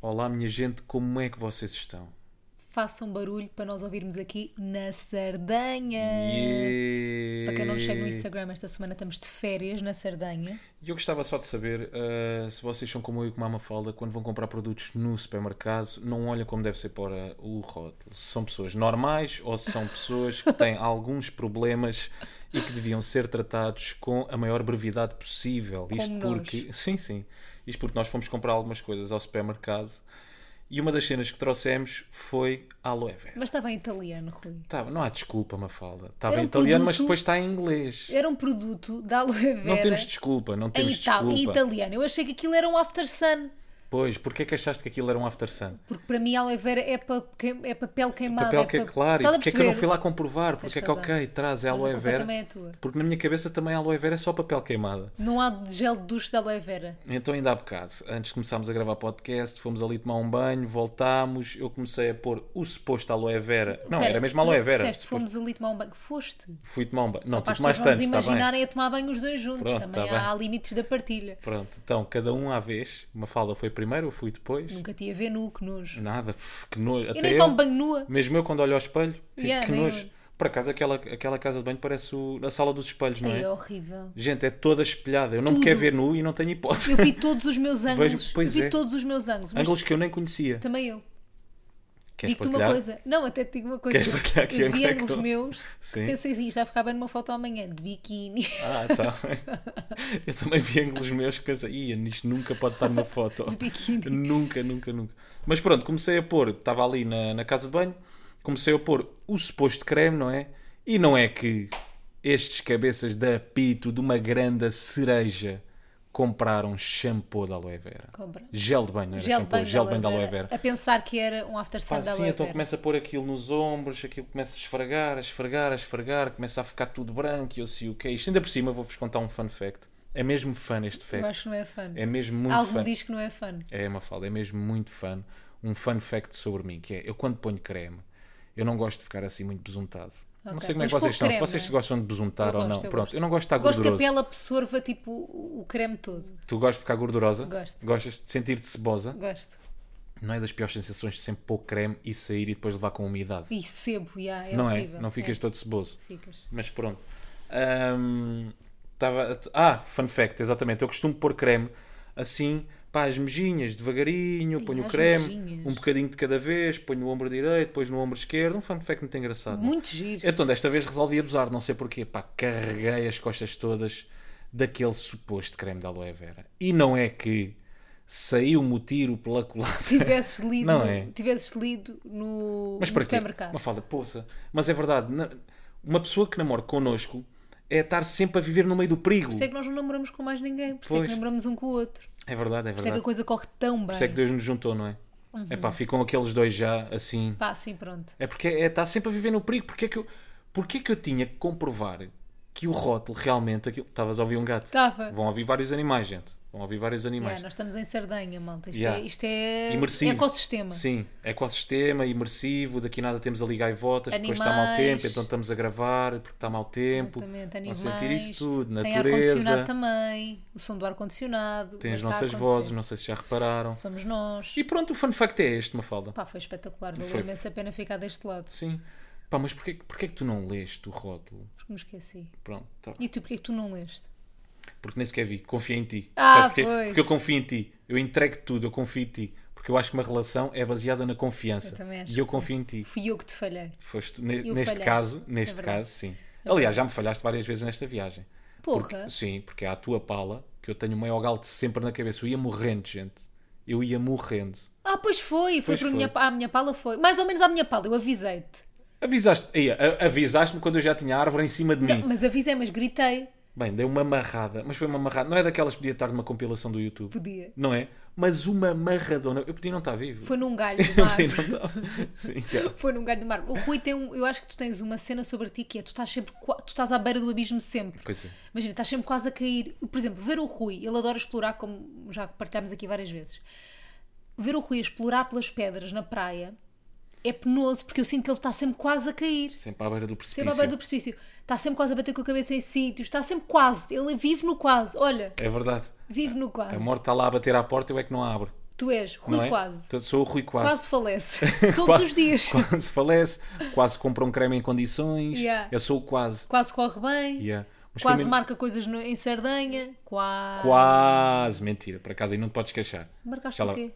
Olá, minha gente, como é que vocês estão? Façam barulho para nós ouvirmos aqui na Sardanha. Yeah. É, Para quem não chega no Instagram, esta semana estamos de férias na Sardanha. E eu gostava só de saber eh, se vocês são como eu e como a Mafalda, quando vão comprar produtos no supermercado, não olham como deve ser para o rótulo. Se são pessoas normais ou se são pessoas que têm alguns problemas e que deviam ser tratados com a maior brevidade possível. Isto nós. porque. Sim, sim. Isto porque nós fomos comprar algumas coisas ao supermercado e uma das cenas que trouxemos foi aloe vera. Mas estava em italiano, Rui. Tá, não há desculpa, Mafalda. Estava Era em um italiano, mas produto- depois está em inglês. Era um produto da aloe vera Não temos desculpa, não em, temos Itália, em desculpa. italiano. Eu achei que aquilo era um after sun. Pois, porquê é que achaste que aquilo era um after sun? Porque para mim a aloe vera é, pa- que- é papel queimado. Papel que é pa- claro, e Estás a porque é que eu não perceber? fui lá comprovar? Porque é que, razão. ok, traz é Mas a aloe culpa vera. também é tua. Porque na minha cabeça também a aloe vera é só papel queimada. Não há gel de duche da aloe vera. Então, ainda há bocado, antes de começarmos a gravar podcast, fomos ali tomar um banho, voltámos, eu comecei a pôr o suposto aloe vera. Não, Espera, era mesmo aloe vera. Disseste, fomos ali tomar um banho. Foste. Fui tomar um banho. Não, Só para tu as pessoas tomaste não nos tantos, está bem? imaginarem a tomar banho os dois juntos. Pronto, Também tá há limites da partilha. Pronto, então, cada um à vez. Uma falda foi primeiro, eu fui depois. Nunca te ia ver nu, que nojo. Nada, pff, que nojo. Eu Até nem tomo banho nua. Mesmo eu quando olho ao espelho, fico, Yeah, que nem nojo. eu. Por acaso aquela, aquela casa de banho parece o- a sala dos espelhos, não Ai, é é? horrível. Gente, é toda espelhada. Eu não me Tudo. quero ver nu e não tenho hipótese. Eu vi todos os meus ângulos. pois eu vi é. todos os meus ângulos. Mas Ângulos que eu nem conhecia. também eu. Queres Então, Digo-te uma partilhar? coisa. Não, até te digo uma coisa. Queres partilhar aqui eu vi onde é que ângulos estou? meus. Sim. Que pensei assim, isto vai ficar bem numa foto amanhã de biquíni. Ah, tá. eu também vi ângulos meus que pensei, ia, isto nunca pode estar numa foto. De biquíni. Nunca, nunca, nunca. Mas pronto, comecei a pôr, estava ali na, na casa de banho, comecei a pôr o suposto creme, não é? E não é que estes cabeças de apito de uma grande cereja compraram shampoo de aloe vera. Compra. Gel de banho, não era Gel de shampoo, banho gel de banho de aloe vera. A pensar que era um after Pá, sun da assim, aloe então vera. começa a pôr aquilo nos ombros, aquilo começa a esfregar, a esfregar, a esfregar, começa a ficar tudo branco e eu sei o que é isto. Ainda por cima, vou-vos contar um fun fact. É mesmo fun este Eu fact. acho que não é fã. É mesmo muito Algo fun. me diz que não é fã. É, Mafalda, é mesmo muito fã. Um fun fact sobre mim, que é, eu quando ponho creme, eu não gosto de ficar assim muito besuntado. Não Ok, sei como é que vocês mas pouco estão, se creme, vocês não é? gostam de besuntar Eu ou gosto, não. eu Pronto, gosto. eu não gosto de estar Gosto que a gorduroso. pele absorva tipo o o creme todo. Tu gostas de ficar gordurosa? Gosto. Gostas de sentir-te cebosa? Gosto. Não é das piores sensações de sempre pôr creme e sair e depois levar com umidade. E sebo, já, é não horrível. é? Não ficas todo ceboso. É, ficas. Mas pronto. Ahm, tava- ah, fun fact, exatamente. Eu costumo pôr creme assim, pá, as mejinhas, devagarinho, Ai, ponho o às creme, mejinhas. um bocadinho de cada vez, ponho no ombro direito, depois no ombro esquerdo. Um fun fact muito engraçado. Muito giro. Então, desta vez resolvi abusar, não sei porquê, pá, carreguei as costas todas daquele suposto creme da aloe vera. E não é que saiu-me o tiro pela colada. Se tivesses lido, Não no, é? tivesses lido no, Mas no para quê? supermercado. Uma falda, poça. Mas é verdade, na- uma pessoa que namora connosco é estar sempre a viver no meio do perigo. Por isso é que nós não namoramos com mais ninguém, por isso é Pois. que namoramos um com o outro. Por É verdade, é isso é que verdade. a coisa corre tão Por isso é bem. que Deus nos juntou, não é? É pá, ficam aqueles dois já assim. Pá, sim, pronto. É porque é estar sempre a viver no perigo. Porquê que eu, porquê que eu tinha que comprovar que o rótulo realmente. aquilo- Estavas a ouvir um gato? Estava. Vão ouvir vários animais, gente. Vão ouvir vários animais. Yeah, É, nós estamos em Sardanha, malta. Isto Yeah. é, isto é Imersivo. ecossistema. Sim, é ecossistema, imersivo, daqui nada temos ali gaivotas, depois está mau Animais. tempo, então estamos a gravar porque está mau tempo. Exatamente, Vão animais. sentir isso tudo, Tem ar-condicionado natureza, também, o som do ar-condicionado. tem mas as está a nossas acontecer. vozes, não sei se já repararam. Somos nós. E pronto, o fun fact é este, Mafalda. Pá, foi espetacular, valeu Foi. imenso a pena ficar deste lado, Sim. Pá, mas porquê, porquê é que tu não leste o rótulo? porque me esqueci. Pronto, tá. E tu, porquê que tu não leste? Porque nem sequer vi, confia em ti. Ah, Sabes porquê? pois. Porque eu confio em ti, eu entrego tudo, eu confio em ti. Porque eu acho que uma relação é baseada na confiança. Eu também acho e eu que confio em ti. Fui eu que te falhei. Foste, ne- Eu neste falhei, caso, neste É verdade. caso, sim. Aliás, já me falhaste várias vezes nesta viagem. Porra. Porque- sim, porque é a tua pala que eu tenho o maior galte sempre na cabeça. Eu ia morrendo, gente. Eu ia morrendo. Ah, pois foi, foi Pois para foi. Minha, a minha pala foi. Mais ou menos à minha pala, eu avisei-te. Avisaste, Ei, a- avisaste-me quando eu já tinha a árvore em cima de mim. Mas avisei, mas gritei. Bem, dei uma amarrada, mas foi uma amarrada. Não é daquelas que podia estar numa compilação do YouTube. Podia. Não é? Mas uma amarradona. Eu podia não estar vivo. Foi num galho de Eu uma podia árvore. não estar. Sim, já. Foi num galho de uma árvore. O Rui tem um, eu acho que tu tens uma cena sobre ti que é, tu estás sempre, qua- tu estás à beira do abismo sempre. Pois é. Imagina, estás sempre quase a cair. Por exemplo, ver o Rui, ele adora explorar, como já partilhámos aqui várias vezes. Ver o Rui a explorar pelas pedras na praia é penoso, porque eu sinto que ele está sempre quase a cair. Sempre à beira do precipício. Sempre à beira do precipício. Está sempre quase a bater com a cabeça em sítios. Está sempre quase. Ele vive no quase. Olha, É verdade. vive no quase. A morte está lá a bater à porta, eu é que não a abro. Tu és Rui não é? quase. Então, Sou o Rui quase. Quase falece. Todos Quase- os dias. Quase. Quase falece, quase compra um creme em condições. Yeah. Eu sou o quase. corre bem. Yeah. Mas Quase também- marca coisas no- em Sardanha. Quase. Quase, mentira, por acaso aí não te podes queixar. Marcaste Já lá- o quê?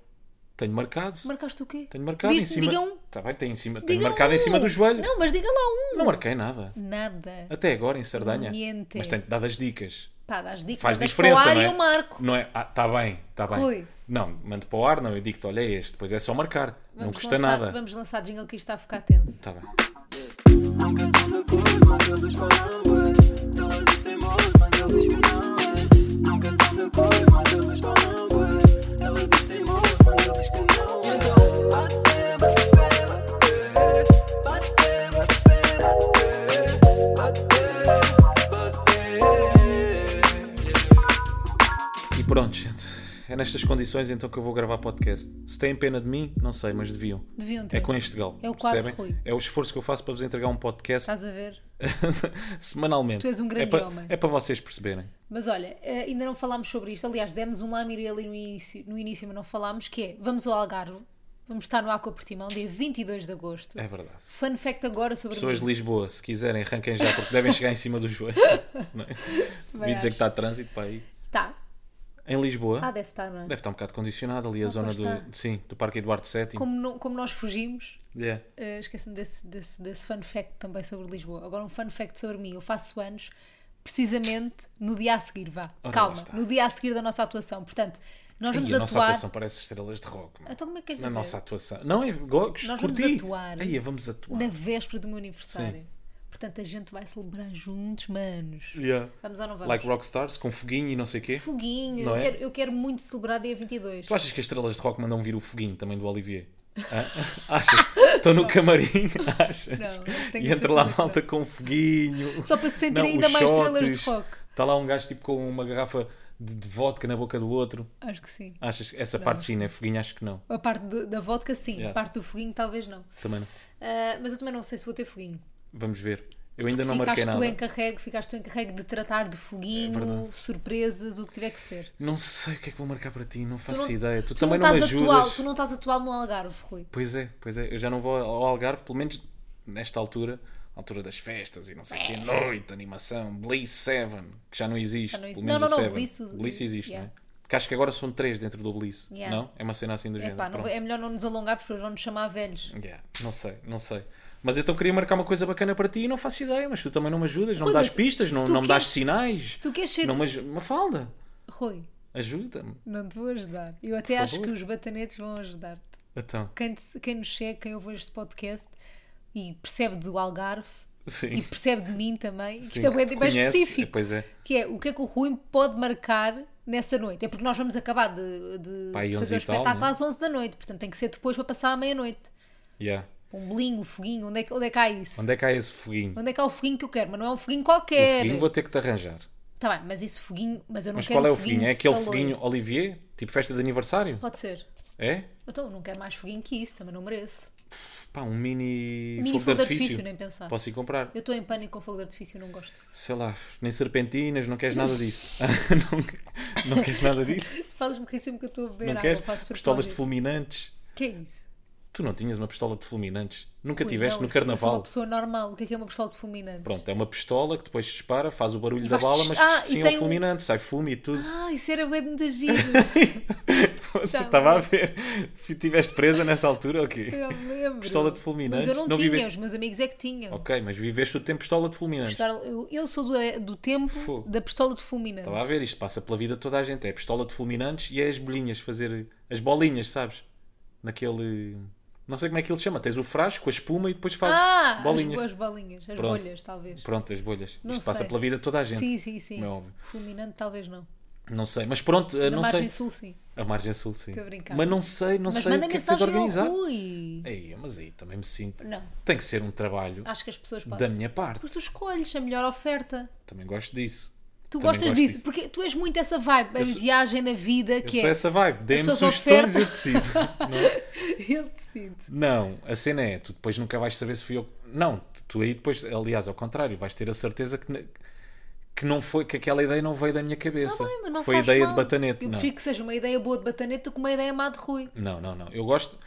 Tenho marcado. Marcaste o quê? Tenho marcado Diz- em cima. diga um. Tá bem, tem em cima. Tenho Diga marcado em um. cima do joelho. Não. Não, mas diga lá um. marquei nada. Nada. Até agora em Sardanha. Miente. Mas tenho-te dado as dicas. Pá, dás dicas. Faz mas diferença, para o ar não é? eu marco. Não é? Ah, tá bem, tá bem. Rui. Não, mando para o ar, não, eu digo-te, olha é este, depois é só marcar. não Vamos custa lançar- nada. Vamos lançar jingle que isto está a ficar tenso. Tá bem. Nunca tanta coisa, mas eles falam bué. Ela diz teimoso, mas ele diz que não é. Nunca tanta coisa, mas eles falam bué. Ela diz teimoso, mas ele diz que não é. Então, bate, bate, bate, bate. Bate, bate, bate, bate. E pronto, gente. É nestas condições então que eu vou gravar podcast. Se têm pena de mim, não sei, mas deviam. Deviam ter. É com este galo. É o quase percebem? Rui. É o esforço que eu faço para vos entregar um podcast Estás a ver? semanalmente. Tu és um grande é para, homem. É para vocês perceberem. Mas olha, eh, ainda não falámos sobre isto. Aliás, demos um lame ali no início, no início, mas não falámos, que é, vamos ao Algarve, vamos estar no Aqua Portimão, dia 22 de Agosto. É verdade. Fun fact agora sobre Pessoas de mim. Lisboa, se quiserem, arranquem já, porque devem chegar em cima do joelho. não é? Bem, Vi dizer acho. que está trânsito para aí. Tá. Em Lisboa, Ah, deve estar, não é? deve estar um bocado condicionado ali a zona pois do, sim, do Parque Eduardo VII. Como, não- como nós fugimos, Yeah. eh, esqueci-me desse, desse, desse fun fact também sobre Lisboa. Agora um fun fact sobre mim. Eu faço anos precisamente no dia a seguir, vá. Ora, lá Calma, está. no dia a seguir da nossa atuação. Portanto, nós vamos Ih, a nossa atuar. atuação parece estrelas de rock. mano. Então como é que queres Na dizer? nossa atuação. Não, é gosto, Nós vamos curti. atuar. Aí, vamos atuar. Na véspera do meu aniversário. Portanto, a gente vai celebrar juntos, manos. Yeah. Vamos ou não vamos? Like rockstars, com foguinho e não sei o quê. Foguinho, Não eu, é? quero, eu quero muito celebrar dia 22. Tu achas que as estrelas de rock mandam vir o foguinho também do Olivier? Hã? Achas? Estou no camarim, achas? Não, tenho e certeza entra lá a que não. malta com foguinho. Só para se sentirem Não, ainda os mais estrelas de shotes. rock. Está lá um gajo tipo com uma garrafa de, de vodka na boca do outro. Acho que sim. Achas que essa parte sim, né? Foguinho acho que não. A parte do- da vodka, sim. Yeah. A parte do foguinho, talvez não. Também não. Ah, mas eu também não sei se vou ter foguinho. Vamos ver. Eu ainda não marquei ficaste tu nada. É encarregue, ficaste tu encarregue de tratar de foguinho, verdade. surpresas, o que tiver que ser. Não sei o que é que vou marcar para ti, não faço não- ideia. Tu, Tu também não não, me estás ajudas. atual, tu não estás atual no Algarve, Rui. Pois é, pois é. Eu já não vou ao Algarve, pelo menos nesta altura, altura das festas e não É. sei o quê, noite, animação, Bliss 7, que já não existe. Já não existe. pelo menos Não, o não, não, 7. Bliss, o- existe, yeah. não é? Porque acho que agora são três dentro do Bliss, Yeah. não? É uma cena assim do Epá, género. não, Pronto. vou- é melhor não nos alongar porque eles vão nos chamar velhos. Yeah, Não sei, não sei. Mas então queria marcar uma coisa bacana para ti e não faço ideia, mas tu também não me ajudas, não Rui, me dás mas pistas, se não, tu não me dás queres- sinais, Se tu queres ser. um não me aj- uma falda. Rui, Ajuda-me. não te vou ajudar. Eu até Por acho favor. que os batanetes vão ajudar-te. Então, quem, te- quem nos segue, quem ouve este podcast e percebe do Algarve e sim. percebe de mim também, que Sim, isto é que bué te de- mais conhece, específico, Pois é. que é o que é que o Rui pode marcar nessa noite. É porque nós vamos acabar de, de Pá, aí fazer o 11 e tal, espetáculo né? às 11 da noite, portanto tem que ser depois para passar à meia-noite. Yeah. Um bolinho, um foguinho, onde é, que- onde é que há isso? Onde é que há esse foguinho? Onde é que há o foguinho que eu quero? Mas não é um foguinho O qualquer. foguinho vou ter que te arranjar. Tá bem, mas esse foguinho, mas eu não Mas quero qual é um o foguinho? É de aquele saloio. foguinho Olivier? Tipo festa de aniversário? Pode ser. É? Então, não quero mais foguinho que isso, também não mereço. Pá, um mini, Mini fogo de artifício, nem pensar. Posso ir comprar. Eu estou em pânico com fogo de artifício, não gosto. Sei lá, nem serpentinas, não queres nada disso. não, não queres nada disso? Fazes-me rir sempre que eu estou a beber Não água, queres? faço propósito. Pistolas de fulminantes. Que é isso? Tu não tinhas uma pistola de fulminantes? Nunca Ui, tiveste não, no isso- Eu sou carnaval? uma pessoa normal. O que é que é uma pistola de fulminante? Pronto, é uma pistola que depois dispara, faz o barulho E da vais- bala, mas Ah, e sim é tem um um- fulminante, sai fumo e tudo. Ah, isso era bem de giro. Você tá estava a ver? Estiveste presa nessa altura ou quê? Eu não me lembro. Pistola de fulminantes? Mas eu não, Não tinha, vive- os meus amigos é que tinham. Ok, mas viveste o tempo pistola de fulminantes. Pistola- Eu, eu sou do, do tempo Fogo. da pistola de fulminante. Estava a ver, isto passa pela vida de toda a gente. É a pistola de fulminantes e é as bolinhas, fazer as bolinhas, sabes? Naquele. Não sei como é que ele se chama. Tens o frasco, a espuma e depois fazes ah, bolinhas. as, as bolinhas, as Pronto. bolhas, talvez. Pronto, as bolhas. Não isto passa sei. pela vida de toda a gente. Sim, sim, sim. Como é óbvio. Fulminante, talvez não. Não sei, mas pronto, eh, Na não margem sei. sul, sim. A margem sul, sim. Estou a brincar. Mas não sei, não sei Mas o que manda é que tenho de mensagem organizar. ao Rui. Ei, mas aí também me sinto. Não. Tem que ser um trabalho Acho que as pessoas podem. da minha parte. Porque tu escolhes a melhor oferta. Também gosto disso. Tu Também gostas gosto disso, porque tu és muito essa vibe, em sou- viagem na vida, Eu que sou é. essa vibe. Dê-me pessoas sugestões e eu ofertam. decido. não é? Ele decide. Não, a cena é, tu depois nunca vais saber se fui eu. Não, tu aí depois, aliás, ao contrário, vais ter a certeza que, ne- que não foi que aquela ideia não veio da minha cabeça. Tá Bem, mas não foi faz ideia mal. de batanete, Eu não. prefiro que seja uma ideia boa de batanete do que uma ideia má de Rui. Não, não, não. Eu gosto.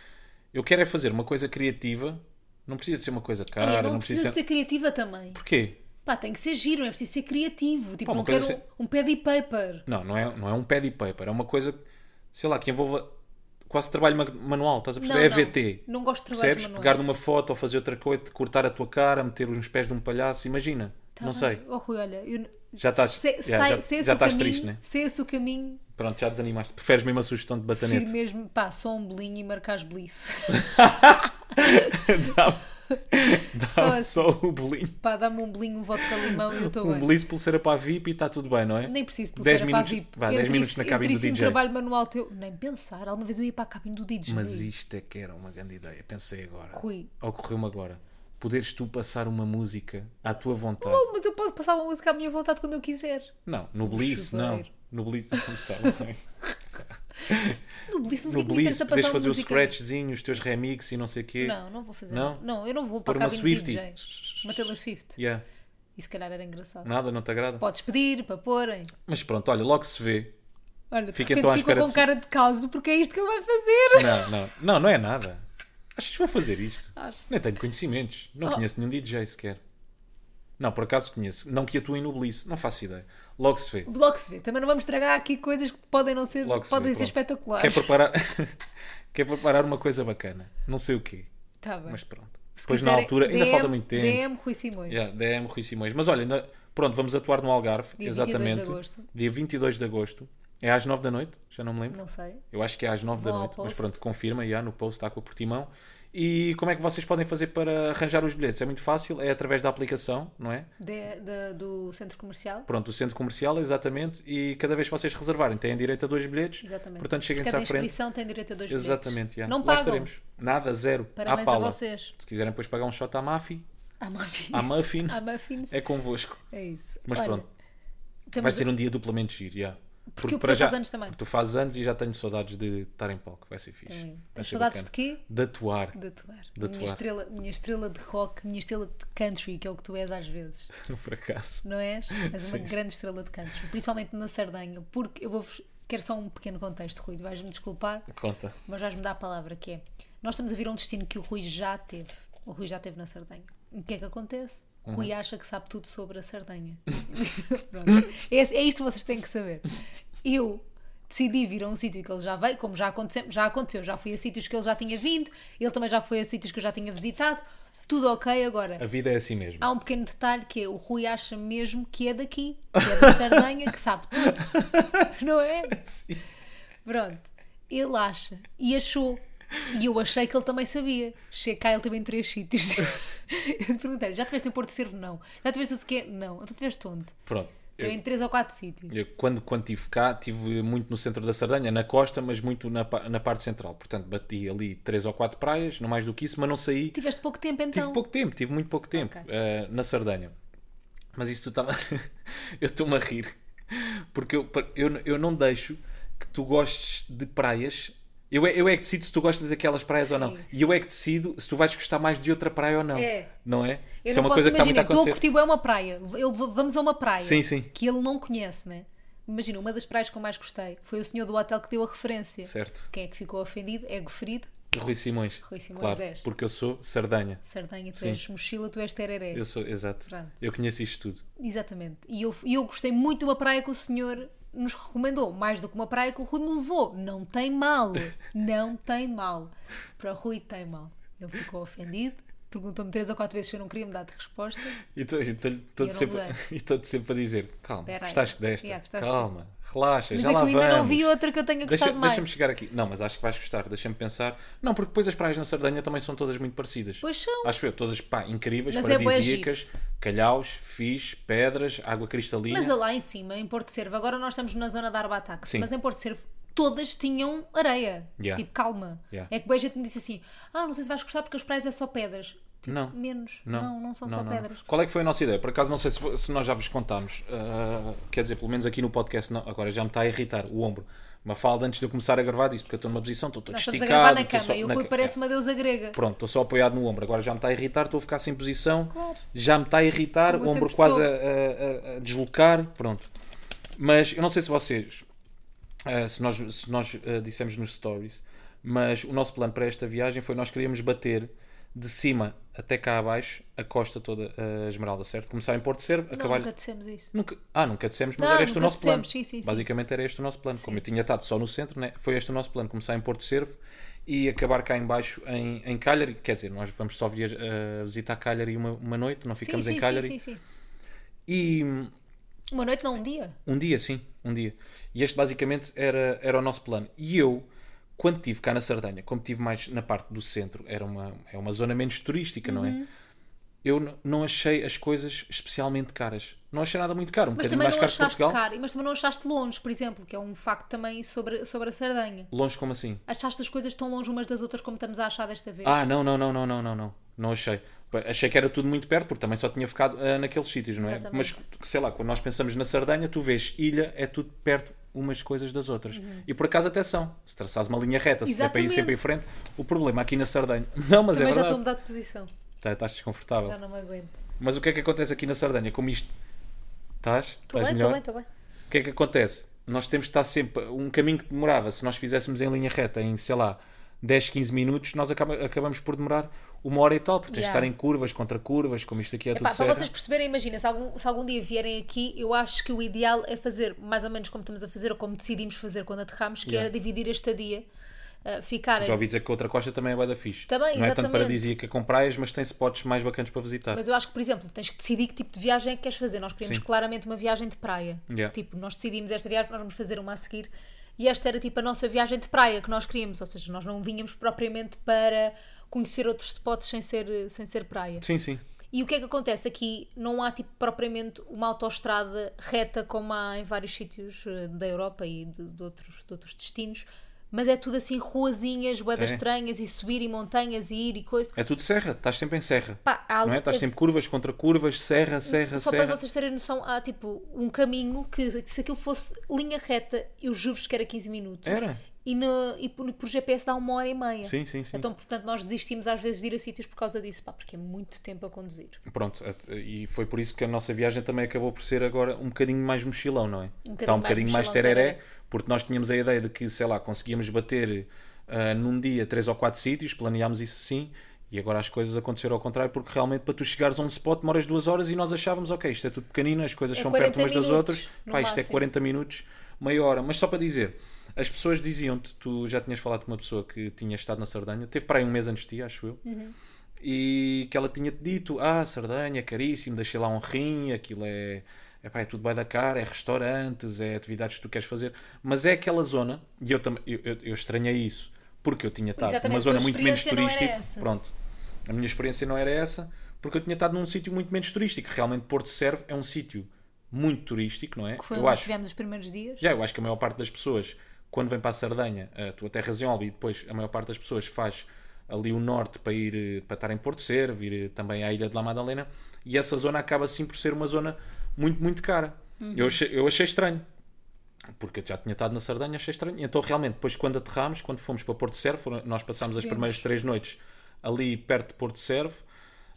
Eu quero é fazer uma coisa criativa. Não precisa de ser uma coisa cara, É, Ah, não, não, precisa precisa ser. de ser criativa também. Porquê? Pá, tem que ser giro, não é preciso ser criativo. Tipo, Pá, uma não quero coisa um, um pad e paper. Não, não é, não é um pad e paper. É uma coisa, sei lá, que envolva quase trabalho ma- manual. Estás a Não, perceber? é VT. Não, não gosto de trabalhos Percebes? manuais. Pegar numa foto ou fazer outra coisa, cortar a tua cara, meter os pés de um palhaço, imagina. Tá não bem. sei. Oh, Rui, olha, eu... Já estás- se, se já- tá- já- se esse já o estás caminho- triste, né? Se esse o caminho, Pronto, já desanimaste. Preferes mesmo a sugestão de prefiro batanete? mesmo, pá, só um bolinho e marcares bliss. Dá- Só Dá-me assim. só o bolinho. pá, dá-me um bolinho, um vodka limão e eu estou Um bem. belize pulseira para a VIP e está tudo bem, não é? Nem preciso de Dez pulseira minutos, para a VIP. vá, Entre 10 minutos isso- na cabine entre do isso e um DJ. trabalho manual teu. Nem pensar, alguma vez eu ia para a cabine do DJ. Mas isto é que era uma grande ideia. Pensei agora. Rui. Ocorreu-me agora. Poderes tu passar uma música à tua vontade. Oh, mas eu posso passar uma música à minha vontade quando eu quiser. Não, no Bliss, não. chuveiro. No Bliss. Tá bem. No Bliss, mas o no que é que me Bliss, interessa podes passar uma fazer o música? scratchzinho, os teus remixes e não sei o quê. Não, não vou fazer. Não? Não, não eu não vou Pôr para a uma cabine Swiftie. do DJ. Uma Taylor Swift. Yeah. E se calhar era engraçado. Nada, não te agrada? Podes pedir para porem. Mas pronto, olha, logo se vê. Olha, Fica de então à repente espera ficou com de- cara de caso porque é isto que ele vai fazer. Não, não, não, não é nada. Achas que vão fazer isto? Acho. Nem tenho conhecimentos. Não Oh. conheço nenhum DJ sequer. Não, por acaso conheço. Não que atuem no Bliss, não faço ideia. Logo se vê. Logo se vê. Também não vamos estragar aqui coisas que podem não ser, Logo se vê, podem ser pronto. Quer espetaculares. preparar... Quer preparar uma coisa bacana. Não sei o quê, Tá bem. mas pronto. Se Depois na quiserem, altura, ainda DM, falta muito tempo. DM Rui Simões. Yeah, DM Rui Simões. Mas olha, ainda- pronto, vamos atuar no Algarve. Dia 22 de exatamente. agosto. Dia 22 de agosto. É às 9 da noite, já não me lembro. Não sei. Eu acho que é às 9 da Vão ao noite, mas post. pronto, confirma, já no post Água Portimão. E como é que vocês podem fazer para arranjar os bilhetes? É muito fácil, é através da aplicação, não é? De- de- do centro comercial. Pronto, o centro comercial, exatamente, e cada vez que vocês reservarem têm direito a dois bilhetes, Exatamente. portanto cheguem-se Cada à frente. inscrição tem direito a dois bilhetes. Exatamente, já. Não Lá pagam. estaremos. Nada, zero. à Parabéns a pala. vocês. Se quiserem depois pagar um shot à Mafi, Há muffins. à Muffin, Há muffins. é convosco. É isso. Mas Olha, pronto, estamos vai a- ser um dia duplamente giro, já. Porque o Pedro faz anos também. porque tu fazes anos e já tenho saudades de estar em palco, vai ser fixe. Também. um- Vai Tens ser saudades bacana. de quê? de atuar. De atuar. De minha, atuar. Estrela, minha estrela de rock, minha estrela de country, que é o que tu és às vezes, Por acaso. não és? És Sim, uma sim. grande estrela de country, principalmente na Sardanha, porque eu vou-vos. Quero só um pequeno contexto, Rui, vais-me desculpar, Conta. mas vais-me dar a palavra que é. Nós estamos a vir a um destino que o Rui já teve. O Rui já teve na Sardanha. O que é que acontece? O Rui acha que sabe tudo sobre a Sardanha. Pronto. É, é isto que vocês têm que saber. Eu decidi vir a um sítio que ele já veio, como já aconteceu, já aconteceu, já fui a sítios que ele já tinha vindo, ele também já foi a sítios que eu já tinha visitado, tudo ok A agora. vida é assim mesmo. Há um pequeno detalhe que é, o Rui acha mesmo que é daqui, que é da Sardanha, que sabe tudo. Não é? Pronto. Ele acha e achou. E eu achei que ele também sabia. Cheguei cá, ele teve em três sítios. Eu te perguntei já tiveste em Porto Cervo? Não. Já tiveste o sequer? Não. Então tiveste onde? Pronto. Teve Eu, em três ou quatro sítios. eu quando, quando estive cá, estive muito no centro da Sardanha, na costa, mas muito na, pa- na parte central. Portanto, bati ali três ou quatro praias, não mais do que isso, mas não saí. Tiveste pouco tempo então. Tive pouco tempo, tive muito pouco tempo Ok. eh, na Sardanha. Mas isso tu estava. eu estou-me a rir. Porque eu, eu, eu não deixo que tu gostes de praias. Eu é, eu é que decido se tu gostas daquelas praias ou não. Sim. E eu é que decido se tu vais gostar mais de outra praia ou não. É. Não é? Eu isso não é uma posso coisa que está muito a imaginar. Estou a acontecer. curtir é uma praia. Ele- vamos a uma praia Sim, sim. que ele não conhece, né? Imagina, uma das praias que eu mais gostei foi o senhor do hotel que deu a referência. Certo. Quem é que ficou ofendido? É Gofrido, Rui Simões. Rui Simões claro, 10. Porque eu sou Sardanha. Sardanha, tu Sim. és mochila, tu és tereré. Eu sou, exato. Pronto. Eu conheço isto tudo. Exatamente. E eu, e eu gostei muito de uma praia que o senhor nos recomendou, mais do que uma praia que o Rui me levou. Não tem mal. Não tem mal. Para o Rui tem mal. Ele ficou ofendido, perguntou-me três ou quatro vezes se eu não queria me dar de resposta. E Eu estou-te não sempre, mudei. e tô-te sempre a dizer: calma, Espera aí. gostaste desta? Yeah, gostaste calma, relaxa, Mas já é que lá eu ainda não vamos. vi outra que eu tenha Deixa- gostado Deixa-me mais. chegar aqui. Não, mas acho que vais gostar. Deixa-me pensar. Não, porque depois as praias na Sardanha também são todas muito parecidas. Pois são. Acho eu, todas pá, incríveis, Mas é bué paradisíacas, calhaus, fixe, pedras, água cristalina. Mas lá em cima, em Porto Servo, agora nós estamos na zona da Arbatax, é. Sim. mas em Porto Servo todas tinham areia. Yeah. Tipo, calma. Yeah. É que o gente me disse assim: ah, não sei se vais gostar porque as praias é só pedras. Não. Menos. Não, Não, não, são só pedras. Qual é que foi a nossa ideia? Por acaso não sei se, vo- se nós já vos contámos. Ah, quer dizer, pelo menos aqui no podcast, não. agora já me está a irritar o ombro. Mafalda, antes de eu começar a gravar, disse porque eu estou numa posição, estou todo Nós estamos esticado. a gravar na estou cama só- e o na Rui ca- parece é. uma deusa grega. Pronto, estou só apoiado no ombro. Agora já me está a irritar, estou a ficar sem posição. Claro. Já me está a irritar, Como eu ombro sempre quase sou. a, a- a- a deslocar. Pronto. Mas eu não sei se vocês. eh, se nós, se nós eh, dissemos nos stories. Mas o nosso plano para esta viagem foi nós queríamos bater de cima até cá abaixo a costa toda, eh, a Esmeralda, certo? Começar em Porto Servo, Não, acabar. nunca dissemos isso. Nunca- Ah, nunca dissemos, mas Não, era este o nunca nosso plano. dissemos, sim, sim, sim. Basicamente era este o nosso plano. Como Sim. eu tinha estado só no centro, né? foi este o nosso plano. Começar em Porto Cervo e acabar cá em baixo em, em Calgary. Quer dizer, nós vamos só viajar, eh, visitar Calgary uma, uma noite, não ficamos sim, em sim, Calgary. sim, sim, sim. E hum, Uma noite, não um dia. um dia, sim, um dia. E este basicamente era, era o nosso plano. E eu, quando estive cá na Sardanha, como estive mais na parte do centro, era uma, é uma zona menos turística, não Uhum. é? Eu n- não achei as coisas especialmente caras. Não achei nada muito caro. Um Mas bocadinho também mais não caro que achaste Portugal. caro, mas também não achaste longe, por exemplo, que é um facto também sobre, sobre a Sardanha. Longe como assim? Achaste as coisas tão longe umas das outras como estamos a achar desta vez. Ah, não, não, não, não, não, não, não. Não achei. Pa- Achei que era tudo muito perto, porque também só tinha ficado ah, naqueles sítios, não é? Exatamente. Mas, sei lá, quando nós pensamos na Sardanha, tu vês ilha, é tudo perto umas coisas das outras. Uhum. E por acaso até são. Se traçares uma linha reta, se der para ir Exatamente. sempre em frente, o problema aqui na Sardanha... Não, mas também é já estou a verdade. mudar de posição. Tá, estás desconfortável. Já não me aguento. Mas o que é que acontece aqui na Sardanha? Como isto... Estás? Estou Estás bem, melhor? estou bem, estou bem. O que é que acontece? Nós temos de estar sempre. Um caminho que demorava, se nós fizéssemos em linha reta em, sei lá, 10, 15 minutos, nós acaba- acabamos por demorar uma hora e tal, porque tens de Yeah. estar em curvas, contra curvas, como isto aqui é Epá, tudo para certo. vocês perceberem, imagina, se algum, se algum dia vierem aqui, eu acho que o ideal é fazer mais ou menos como estamos a fazer, ou como decidimos fazer quando aterramos, que Yeah. era dividir a estadia, uh, ficarem. Já ouvi dizer que outra costa também é bué da fixe. Também, Não é tanto exatamente. paradisíaca com praias, mas tem spots mais bacanas para visitar. Mas eu acho que, por exemplo, tens que decidir que tipo de viagem é que queres fazer. Nós queríamos Sim. claramente uma viagem de praia. Yeah. Tipo, nós decidimos esta viagem, nós vamos fazer uma a seguir. E esta era tipo a nossa viagem de praia que nós queríamos. Ou seja, nós não vinhamos propriamente para conhecer outros spots sem ser, sem ser praia. Sim, sim. E o que é que acontece aqui? Não há tipo propriamente uma autoestrada reta como há em vários sítios eh, da Europa e de, de outros, de outros destinos, mas é tudo assim ruazinhas, boedas É. estranhas e subir e montanhas e ir e coisa. É tudo serra, estás sempre em serra. Pá, há não ali- é? Estás é- sempre curvas, contra curvas, serra, serra, Só serra. para vocês terem noção, há tipo um caminho que, que se aquilo fosse linha reta, eu juro-vos que era 15 minutos. Era? E, no, e por, por GPS dá uma hora e meia. Sim, sim, sim. Então, portanto, nós desistimos às vezes de ir a sítios por causa disso, pá, porque é muito tempo a conduzir. Pronto, e foi por isso que a nossa viagem também acabou por ser agora um bocadinho mais mochilão, não é? Um bocadinho Está um mais bocadinho mais mochilão, é. tereré, tereré. porque nós tínhamos a ideia de que, sei lá, conseguíamos bater ah, num dia três ou quatro sítios, planeámos isso assim, e agora as coisas aconteceram ao contrário, porque realmente para tu chegares a um spot demoras duas horas e nós achávamos, ok, isto é tudo pequenino, as coisas É são perto 40 umas das minutos, outras, no pá, isto é máximo. 40 minutos, meia hora. Mas só para dizer, as pessoas diziam-te, tu já tinhas falado com uma pessoa que tinha estado na Sardanha, teve para aí um mês antes de ti, acho eu Uhum. e que ela tinha-te dito: Ah, Sardanha, é caríssimo, deixei lá um rim, aquilo é. Epá, é tudo bem da cara, é restaurantes, é atividades que tu queres fazer. Mas é aquela zona, e eu também eu, eu- eu estranhei isso, porque eu tinha estado Exatamente, numa a zona tua muito menos experiência não era turística. essa. Pronto, a minha experiência não era essa, porque eu tinha estado num sítio muito menos turístico. Realmente, Porto Servo é um sítio muito turístico, não é? Que foi eu onde nós acho. tivemos os primeiros dias. Já, eu acho que a maior parte das pessoas, quando vem para a Sardanha, eh, tu aterras em Albi e depois a maior parte das pessoas faz ali o norte para ir eh, para estar em Porto Cervo, ir eh, também à Ilha de La Madalena, e essa zona acaba assim por ser uma zona muito, muito cara. Eu, achei, eu achei estranho, porque eu já tinha estado na Sardanha, achei estranho. Então, realmente, depois quando aterramos, quando fomos para Porto Cervo, foram- nós passámos as Percebemos. primeiras três noites ali perto de Porto Cervo,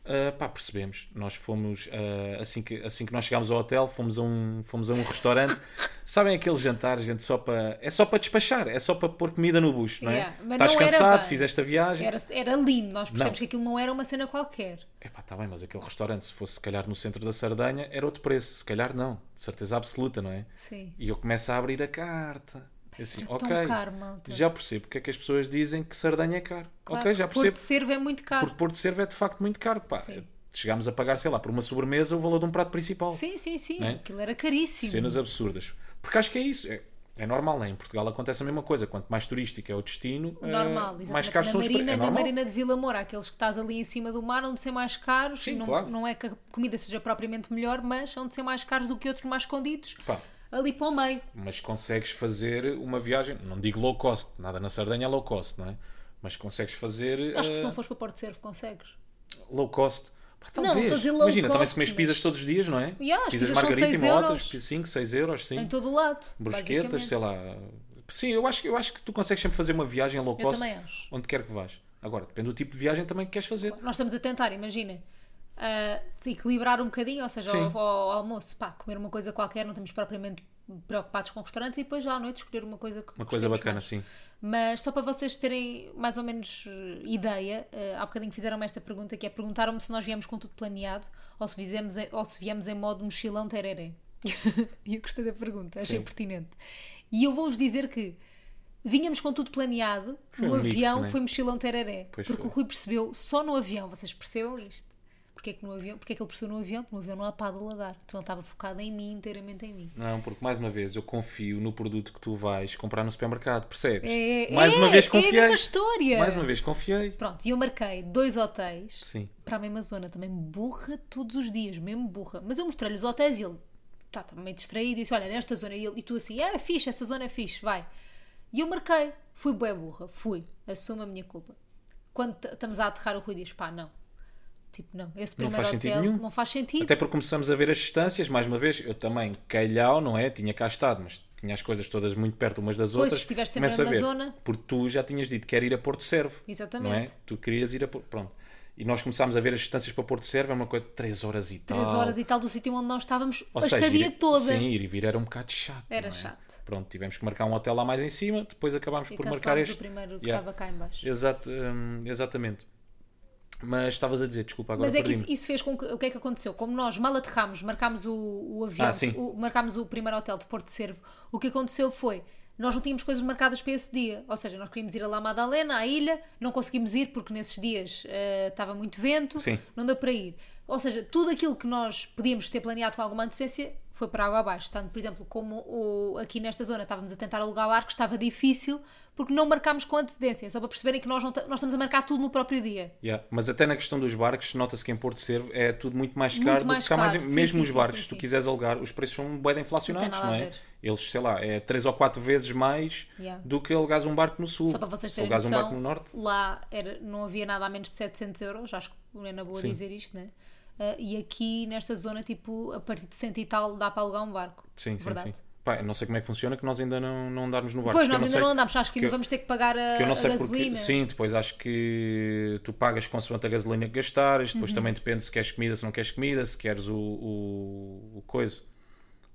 ah, pá, percebemos. Nós fomos, ah, assim, que, assim que nós chegámos ao hotel, fomos a um, fomos a um restaurante. Sabem aquele jantar, gente, só para... É só para despachar, é só para pôr comida no bucho, não é? Yeah, mas Estás não era cansado, bem. fizeste a viagem. Era, era lindo, nós percebemos Não. que aquilo não era uma cena qualquer. Epá, está bem, mas aquele restaurante, se fosse, se calhar, no centro da Sardanha, era outro preço. Se calhar não, de certeza absoluta, não é? Sim. E eu começo a abrir a carta. Assim, era ok, tão caro, malta. já percebo porque é que as pessoas dizem que Sardanha é caro. ok, já Porto percebo. Cervo é muito caro. Porque Porto Cervo é de facto muito caro. Pá, Sim. chegámos a pagar, sei lá, por uma sobremesa o valor de um prato principal. Sim, sim, sim. Né? Aquilo era caríssimo. Cenas absurdas. Porque acho que é isso. É, é normal, né? Em Portugal acontece a mesma coisa. Quanto mais turístico é o destino, eh, Normal, exatamente. mais caros na são os pre- marina, é na normal. marina de Vila Moura, aqueles que estás ali em cima do mar, onde são mais caros. Sim, e não, claro. não é que a comida seja propriamente melhor, mas onde são mais caros do que outros mais escondidos. Pá, Ali para o meio. mas consegues fazer uma viagem, não digo low cost, nada na Sardanha é low cost, não é? Mas consegues fazer Acho que se eh, não fores para Porto Cervo, consegues. low cost. Pá, Não, talvez. estou a dizer low Imagina, também se cost, comes mas- pizzas todos os dias, não é? Yeah, as pizzas pizzas são margarita e seis motas, euros. 5, 6 euros, sim. é Em todo o lado. brusquetas, sei lá, Sim, eu acho, que- eu acho que tu consegues sempre fazer uma viagem low Eu cost também acho. onde quer que vás. Agora, depende do tipo de viagem também que queres fazer. Tipo, Nós estamos a tentar, imagina. ah, se equilibrar um bocadinho, ou seja, Sim. ao, ao almoço, pá, comer uma coisa qualquer, não estamos propriamente preocupados com restaurantes e depois já à noite escolher uma coisa que Uma coisa gostemos é? bacana, mais. sim. Mas só para vocês terem mais ou menos eh, ideia, eh, há bocadinho fizeram-me esta pergunta que é perguntaram-me se nós viemos com tudo planeado ou se, fizemos em- ou se viemos em modo mochilão tereré. E eu gostei da pergunta, achei Sim. pertinente. E eu vou-vos dizer que vínhamos com tudo planeado, Foi no um mix, avião né? foi mochilão tereré. Pois porque foi. o Rui percebeu só no avião, vocês percebam isto? Porque é que, no avião, porque é que ele percebeu no avião? Porque no avião não há pádel a dar. Então ele estava focado em mim, inteiramente em mim. Não, porque mais uma vez eu confio no produto que tu vais comprar no supermercado, percebes? É, mais é, uma vez é a confiei. mesma história. Mais uma vez confiei. Pronto, e eu marquei dois hotéis Sim. para a mesma zona, também burra todos os dias, mesmo burra. Mas eu mostrei-lhe os hotéis e ele está meio distraído e disse: Olha, nesta zona. E, ele- e tu assim: Ah, é fixe, essa zona é fixe, vai. E eu marquei, fui bué burra, fui, assumo a minha culpa. Quando t- estamos a aterrar, o Rui diz: Pá, não. Tipo, não, esse Não primeiro faz sentido hotel nenhum. não faz sentido. Até porque começamos a ver as distâncias, mais uma vez, eu também, calhau, não é? Tinha cá estado, mas tinha as coisas todas muito perto umas das Pois, outras. estiveste sempre Começa na a ver. zona. Porque tu já tinhas dito, quer ir a Porto Servo. Exatamente. Não é? Tu querias ir a Porto. Pronto. E nós começámos a ver as distâncias para Porto Servo, é uma coisa de 3 horas e tal. Três horas e tal do sítio onde nós estávamos Ah, Ou a seja, estadia ir- toda. Sim, ir e vir era um bocado chato. não Era é? chato. Pronto, tivemos que marcar um hotel lá mais em cima, depois acabámos e por marcar cancelámos este. o primeiro que Yeah. estava cá em baixo. Exato, hum, exatamente. Mas estavas a dizer, desculpa, agora Mas é que perdi-me. isso, isso fez com que. O que é que aconteceu? Como nós mal aterramos, marcámos o, o avião, Ah, sim. o- marcámos o primeiro hotel de Porto Servo, o que aconteceu foi. Nós não tínhamos coisas marcadas para esse dia, ou seja, nós queríamos ir a La Madalena, à ilha, não conseguimos ir porque nesses dias eh, estava muito vento, Sim. não deu para ir. Ou seja, tudo aquilo que nós podíamos ter planeado com alguma antecedência foi para água abaixo. Tanto, por exemplo, como o- aqui nesta zona estávamos a tentar alugar o arco, estava difícil porque não marcámos com antecedência, É só para perceberem que nós, não ta- nós estamos a marcar tudo no próprio dia. Yeah, Mas até na questão dos barcos, nota-se que em Porto Servo é tudo muito mais Muito caro do mais que cá mais... caro, sim, Mesmo sim, os sim, barcos, sim, se tu sim. quiseres alugar, os preços são bem inflacionados, Não tem não, nada a é? ver. Eles, sei lá, é 3 ou 4 vezes mais Yeah. do que alugares um barco no sul. Só para vocês se terem alugares noção, um barco no norte, lá era- não havia nada a menos de 700 euros, acho que não é na boa Sim. dizer isto, né? Ah, e aqui nesta zona, tipo, a partir de 100 e tal dá para alugar um barco. sim, sim, Verdade. sim. Pá, eu não sei como é que funciona, que nós ainda não, não andarmos no barco. Pois, porque eu nós ainda sei- não andámos, acho que, que ainda eu- vamos ter que pagar a, que eu não a sei gasolina. porque. Sim, depois acho que tu pagas consoante a gasolina que gastares, depois Uhum. também depende se queres comida, se não queres comida, se queres o, o, o coisa.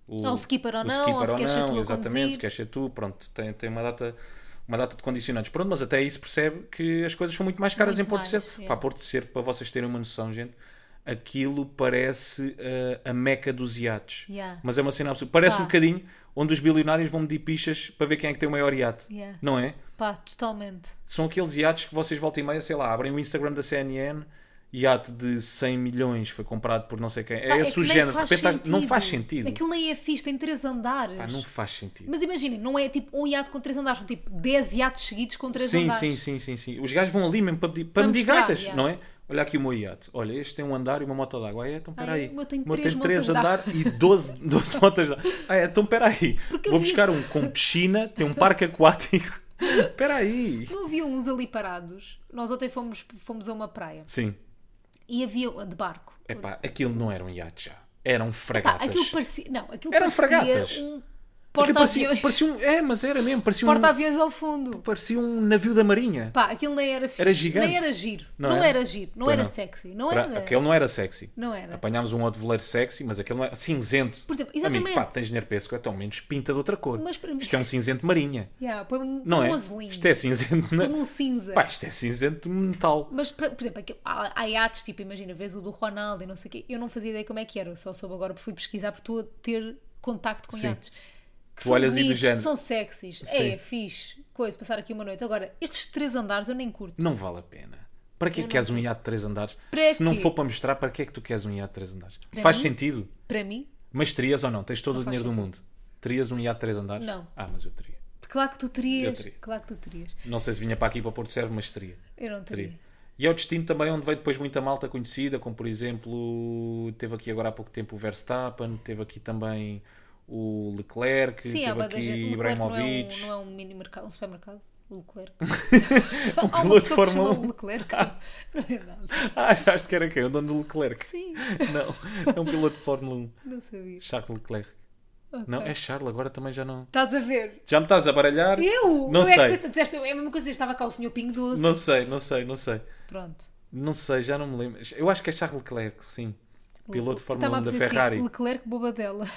O, Ou o skipper ou o não, ou se queres ser tu a exatamente, conduzir. se queres ser tu, pronto, tem, tem uma data. Uma data de condicionantes. Pronto, mas até aí se percebe que as coisas são muito mais caras Muito em Porto mais, Cervo. é. Pá, Porto Cervo, para vocês terem uma noção, gente, aquilo parece eh, a meca dos iates. Yeah. Mas é uma cena absurda. Parece Pá. um bocadinho onde os bilionários vão medir pichas para ver quem é que tem o maior iate. Yeah. Não é? Pá, totalmente. são aqueles iates que vocês voltam e meia, sei lá, abrem o Instagram da CNN, iate de 100 milhões, foi comprado por não sei quem. É Pá, esse Ah, que o nem género, de faz repente estás- não sentido. faz sentido. Aquilo nem é fixe, tem 3 andares. Pá, não faz sentido. Mas imaginem, não é tipo um iate com 3 andares, são tipo 10 iates seguidos com 3 Sim, andares. sim, sim, sim, sim. Os gajos vão ali mesmo para, pedir, para, Para medir mostrar, gaitas, yeah. não é? Olha aqui o meu iate. Olha, este tem um andar e uma moto d'água. Ah, é? Então Ah, é? peraí. O meu tem três três motas de andar e 12, 12 motas d'água. Ah, é? Então peraí. Porque eu Vou vi- buscar um com piscina, tem um parque aquático. Peraí. Não havia uns ali parados. Nós ontem fomos, fomos a uma praia Sim. e havia de barco. Epá, aquilo não era um iate já. Eram Pá, fragatas. aquilo parecia. Não, aquilo Eram fragatas. parecia um Aquilo porta-aviões. É parecia, parecia um, é, mas era mesmo, parecia um, Porta-aviões ao fundo. parecia um navio da marinha. Pá, aquilo nem era fi- Era gigante. Nem era giro. Não, Não era? era? giro. Não Pois era não. sexy. Não Pra- era. Aquele não era sexy. Não era. Apanhámos um outro veleiro sexy, mas aquele não era cinzento. Por exemplo, Amigo, exatamente. pá, tens dinheiro para esse, então menos pinta de outra cor. Mas para mim- Isto é um cinzento marinha. Yeah, põe um, Não um é? azulinho. Isto é cinzento. Põe-me Na... um cinza. Pá, isto é cinzento de metal. Mas, pra- por exemplo, aquilo, há, há iates, tipo, imagina, vês o do Ronaldo e não sei o quê. Eu não fazia ideia como é que era. Eu só soube agora porque fui pesquisar por tu a ter contacto com Sim. iates. Que Tu são olhas e do bonitos, género. são sexys. Sim. É, fixe. Coisa, passar aqui uma noite. Agora, estes três andares eu nem curto. Não vale a pena. Para que é que Eu não queres um iate de três andares? Para Se não quê? for para mostrar, para que é que tu queres um iate de três andares? Faz mim? sentido. Para mim, Mas terias ou não? Tens todo Não o faz dinheiro do mundo. Terias um iate de três andares? Não. Ah, mas eu teria. Claro que tu terias. Eu teria. Claro que tu terias. Não sei se vinha para aqui para Porto Servo, mas teria. Eu não teria. Teria. E é o destino também onde veio depois muita malta conhecida, como por exemplo, teve aqui agora há pouco tempo o Verstappen, teve aqui também o Leclerc, Sim, é há teve uma aqui das. o Leclerc não é, um, Ibrahimovic. não é um mini mercado, um supermercado. O Leclerc. Há uma piloto de pessoa que se Fórmula chama um. Leclerc. Não é nada. Ah, achaste que era quem? O dono do Leclerc. Sim, Não, é um piloto de Fórmula 1, não sabia. Charles Leclerc. Não, é Charles, agora também já não. Estás a ver? Já me estás a baralhar? Eu? Não Eu é que sei. pensa- disseste, é a mesma coisa, estava cá o senhor Pingo Doce. Não sei, não sei, não sei. Pronto. Não sei, já não me lembro. Eu acho que é Charles Leclerc, sim. Piloto de Estava Fórmula a 1 da dizer assim, Ferrari. Leclerc bobadela.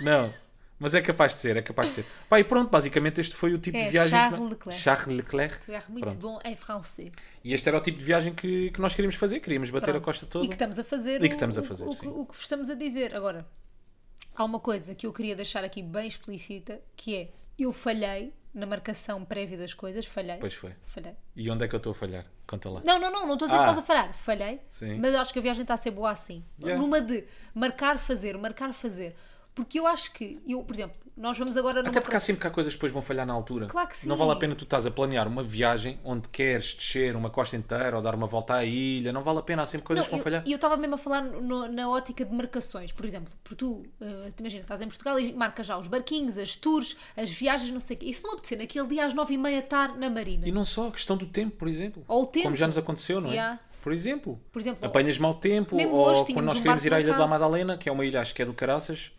Não, mas é capaz de ser, é capaz de ser. Pá, e pronto, basicamente este foi o tipo É, de viagem. que Charles nós- Leclerc. Charles Leclerc. Ferrari muito Pronto. bom em francês. E este era o tipo de viagem que, que nós queríamos fazer. Queríamos bater a Pronto. costa toda. E que tá- estamos a fazer. E o- que estamos a o- fazer, o, que- sim. o que vos estamos a dizer. Agora, há uma coisa que eu queria deixar aqui bem explícita, que é, eu falhei na marcação prévia das coisas, falhei. Pois foi. Falhei. E onde é que eu estou a falhar? Conta lá. Não, não, não, não estou a dizer Ah. que estás a falhar. Falhei, Sim. mas eu acho que a viagem está a ser boa assim. Yeah. Numa de marcar, fazer, marcar, fazer. Porque eu acho que, eu, por exemplo, nós vamos agora numa Até porque pro- há sempre que há coisas que depois vão falhar na altura. Claro que sim. Não vale a pena tu estás a planear uma viagem onde queres descer uma costa inteira ou dar uma volta à ilha. Não vale a pena, há sempre coisas Não, que vão eu- falhar. E eu estava mesmo a falar no- na ótica de marcações, por exemplo, porque tu, eh, te imagina, estás em Portugal e marcas já os barquinhos, as tours, as viagens, não sei o quê. E se não apetecer naquele dia às nove e meia estar na Marina? E não só, a questão do tempo, por exemplo. Ou o tempo. Como já nos aconteceu, não é? Yeah. Por exemplo. Por exemplo, Apanhas mau tempo, mesmo ou hoje quando tínhamos nós um queremos ir barco à Ilha da marcado. Madalena, que é uma ilha, acho que é do Caraças,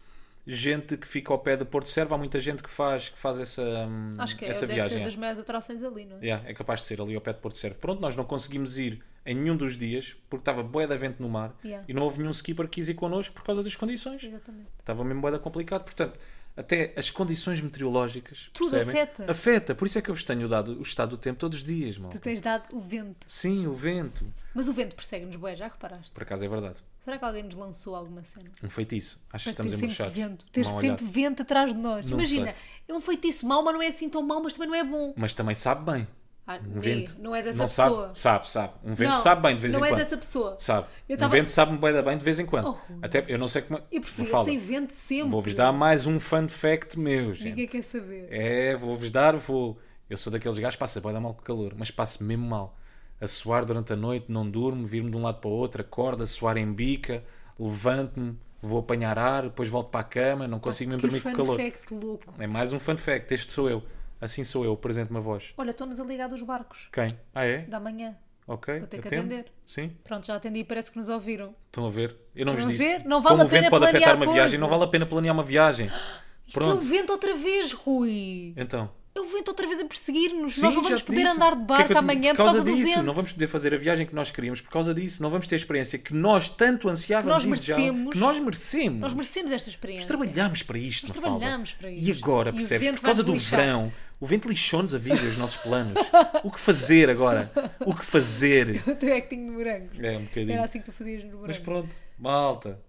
gente que fica ao pé de Porto Servo, há muita gente que faz, que faz essa, hum, acho que é, essa deve ser viagem. das maiores atrações ali, não é? Yeah, é capaz de ser ali ao pé de Porto Servo. Pronto, nós não conseguimos ir em nenhum dos dias porque estava bué da vento no mar Yeah. e não houve nenhum skipper que quis ir connosco por causa das condições. Exatamente. Estava mesmo bué da complicado. Portanto, até as condições meteorológicas Tudo percebem? afeta. Afeta. Por isso é que eu vos tenho dado o estado do tempo todos os dias, mal. Tu tens dado o vento. Sim, o vento. Mas o vento persegue-nos, bué, já reparaste? Por acaso é verdade. Será que alguém nos lançou alguma cena? Um feitiço. Acho que Mas ter estamos sempre embruxados. vento, ter Mal sempre olhado. vento atrás de nós. Não Imagina, sei. é um feitiço mau, mas não é assim tão mau, mas também não é bom. Mas também sabe bem. Ah, Um e vento. não és essa não pessoa. Sabe, sabe, sabe. Um vento Não, sabe bem de vez não em és quando. essa pessoa. Sabe. Eu Um tava- vento sabe-me bem, bem de vez em quando. Oh, Rui. Até eu não sei como. Eu Não preferia fala. sem vento sempre. Vou-vos dar mais um fun fact meu, gente. Ninguém quer saber. É, vou-vos dar, vou. Eu sou daqueles gajos que passa bem mal com o calor, mas passo mesmo mal. A suar durante a noite, não durmo, viro-me de um lado para o outro, acordo, a suar em bica, levanto-me, vou apanhar ar, depois volto para a cama, não consigo mesmo que dormir com fun o calor. fact louco. É mais um fun fact, este sou eu. Assim sou eu, apresento uma voz. Olha, estão-nos a ligar dos barcos. Quem? Ah, é? Da manhã. Ok. Vou ter que atendo. atender. Sim, Pronto, já atendi e parece que nos ouviram. estão a ver. Eu não Estão vos a disse. ver? Não vale Como a o vento pena pode afetar planear uma coisa. viagem, não vale a pena planear uma viagem. Isto é o Pronto. vento outra vez, Rui. Então. É o vento outra vez a perseguir-nos. Sim, Nós não já vamos te poder disse. andar de O que é que barco eu te- amanhã por causa, do disso. vento. Não vamos poder fazer a viagem que nós queríamos por causa disso. Não vamos ter a experiência que nós tanto ansiávamos nós e desejávamos, merecemos. Que nós merecemos. Nós merecemos esta experiência. Nós trabalhámos para isto, Nós Mafalda. trabalhámos para E isto. agora, E o percebes? vento por causa do vai-nos lixar. verão, o vento lixou-nos a vida e os nossos planos. o que fazer agora? O que fazer? teu acting de morango. É um bocadinho. Era assim que tu fazias no Mas morango. pronto, malta.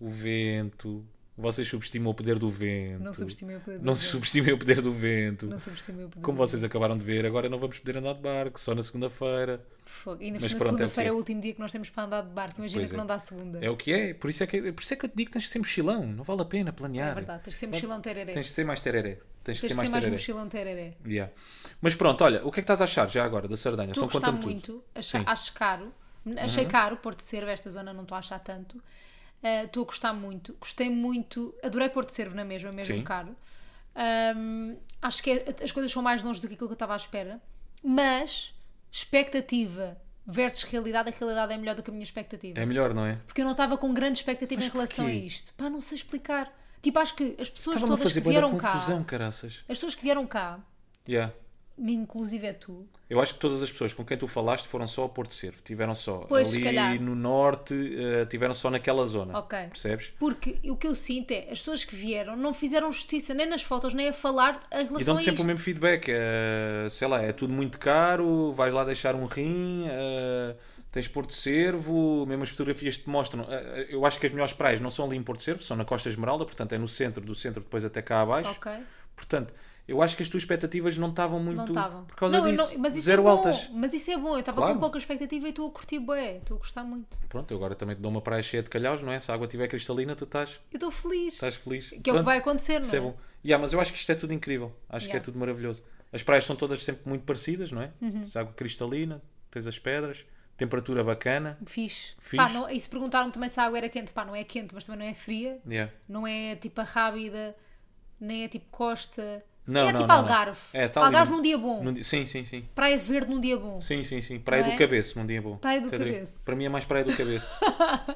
O vento. Vocês subestimam o poder do vento. Não subestimei o poder do Não vento. subestimem o poder do vento. Não subestimei o poder. Como vocês acabaram de ver, agora não vamos poder andar de barco, só na segunda-feira. Fogo. E na Mas na pronto, é o segunda-feira é o quê? último dia que nós temos para andar de barco. Imagina Pois que é. não dá segunda. É o que é, por isso é que, por isso é que eu te digo que tens de ser mochilão, não vale a pena planear. É verdade, tens de ser mochilão tereré. Tens de ser mais tereré. Tens de Tens ser de ser mais mais tereré. mochilão tereré. Yeah. Mas pronto, olha, o que é que estás a achar já agora da Sardanha? Estou a Então gostar conta-me tudo. muito, acha- Sim. Uhum. acho caro. Achei caro, Porto de Cervo, esta zona não estou a achar tanto. Ah, Estou a gostar muito, gostei muito, adorei Porto de Cervo na mesma, é mesmo Sim. caro. Ahm, acho que é- as coisas são mais longe do que aquilo que eu estava à espera, mas expectativa versus realidade, a realidade é melhor do que a minha expectativa. É melhor, não é? Porque eu não estava com grande expectativa em relação porquê? a isto. Pá, não sei explicar. Tipo, acho que as pessoas Estava-me a todas fazer que boa da vieram cá, confusão, caraças. as pessoas que vieram cá, Yeah. inclusive é tu, Eu acho que todas as pessoas com quem tu falaste foram só ao Porto Cervo, tiveram só Pois, se ali calhar. no norte, eh, tiveram só naquela zona. Ok. Percebes? Porque o que eu sinto é as pessoas que vieram não fizeram justiça nem nas fotos, nem a falar em relação E dão-te a sempre isto. o mesmo feedback. eh, sei lá, é tudo muito caro, vais lá deixar um rim, eh, tens Porto Cervo, mesmo as fotografias te mostram. eh, eu acho que as melhores praias não são ali em Porto Cervo, são na Costa Esmeralda, portanto é no centro, do centro depois até cá abaixo. Ok. Portanto, eu acho que as tuas expectativas não estavam muito Não estavam. por causa Não, eu disso. não- mas isso Zero é bom, altas. Mas isso é bom. Eu estava Claro. com pouca expectativa e estou a curtir bué. Estou a gostar muito. Pronto, eu agora também te dou uma praia cheia de calhaus, não é? Se a água estiver cristalina, tu estás, Eu estou feliz. estás feliz. Que é o que Pronto. vai acontecer, não Isso é? é bom. Yeah, mas eu acho que isto é tudo incrível. Acho que é Yeah. Uhum. tudo maravilhoso. As praias são todas sempre muito parecidas, não é? Tens água cristalina, tens as pedras, temperatura bacana. Fixe. Fixe. Pá, não- e se perguntaram também se a água era quente. Pá, não é quente, mas também não é fria. Yeah. Não é tipo a rábida, nem é tipo costa. Não, é não, tipo não, não. Algarve. É, tá ali Algarve no- num dia bom. Num di- Sim, sim, sim. Praia Verde num dia bom. Sim, sim, sim. Praia Não é? do Cabeço, num dia bom. Praia do Tá a dizer? Cabeço. Para mim é mais Praia do Cabeço.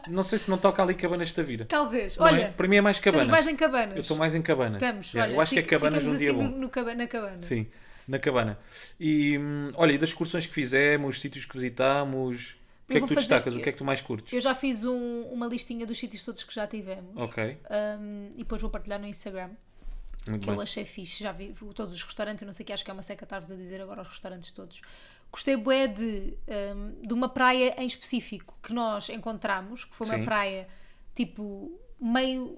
não sei se não toca ali Cabanas de Tavira. Talvez. Não é? Olha, Para mim é mais Cabanas. estamos mais em cabanas. Eu estou mais em Cabanas. Estamos, Yeah, olha, eu acho fica- que é Cabanas ficamos num dia assim bom. no- no caba- na cabana. Sim, na Cabana. E hum, olha, e das excursões que fizemos, os sítios que visitámos, o que Eu é que vou tu fazer- destacas? O que é que tu mais curtes? Eu já fiz um- uma listinha dos sítios todos que já tivemos Ok, Um, e depois vou partilhar no Instagram. muito que bem. eu achei fixe, já vi todos os restaurantes, eu não sei o que acho que é uma seca estar-vos a dizer agora os restaurantes todos. Gostei bué de, hum, de uma praia em específico que nós encontramos, que foi uma Sim. praia tipo meio.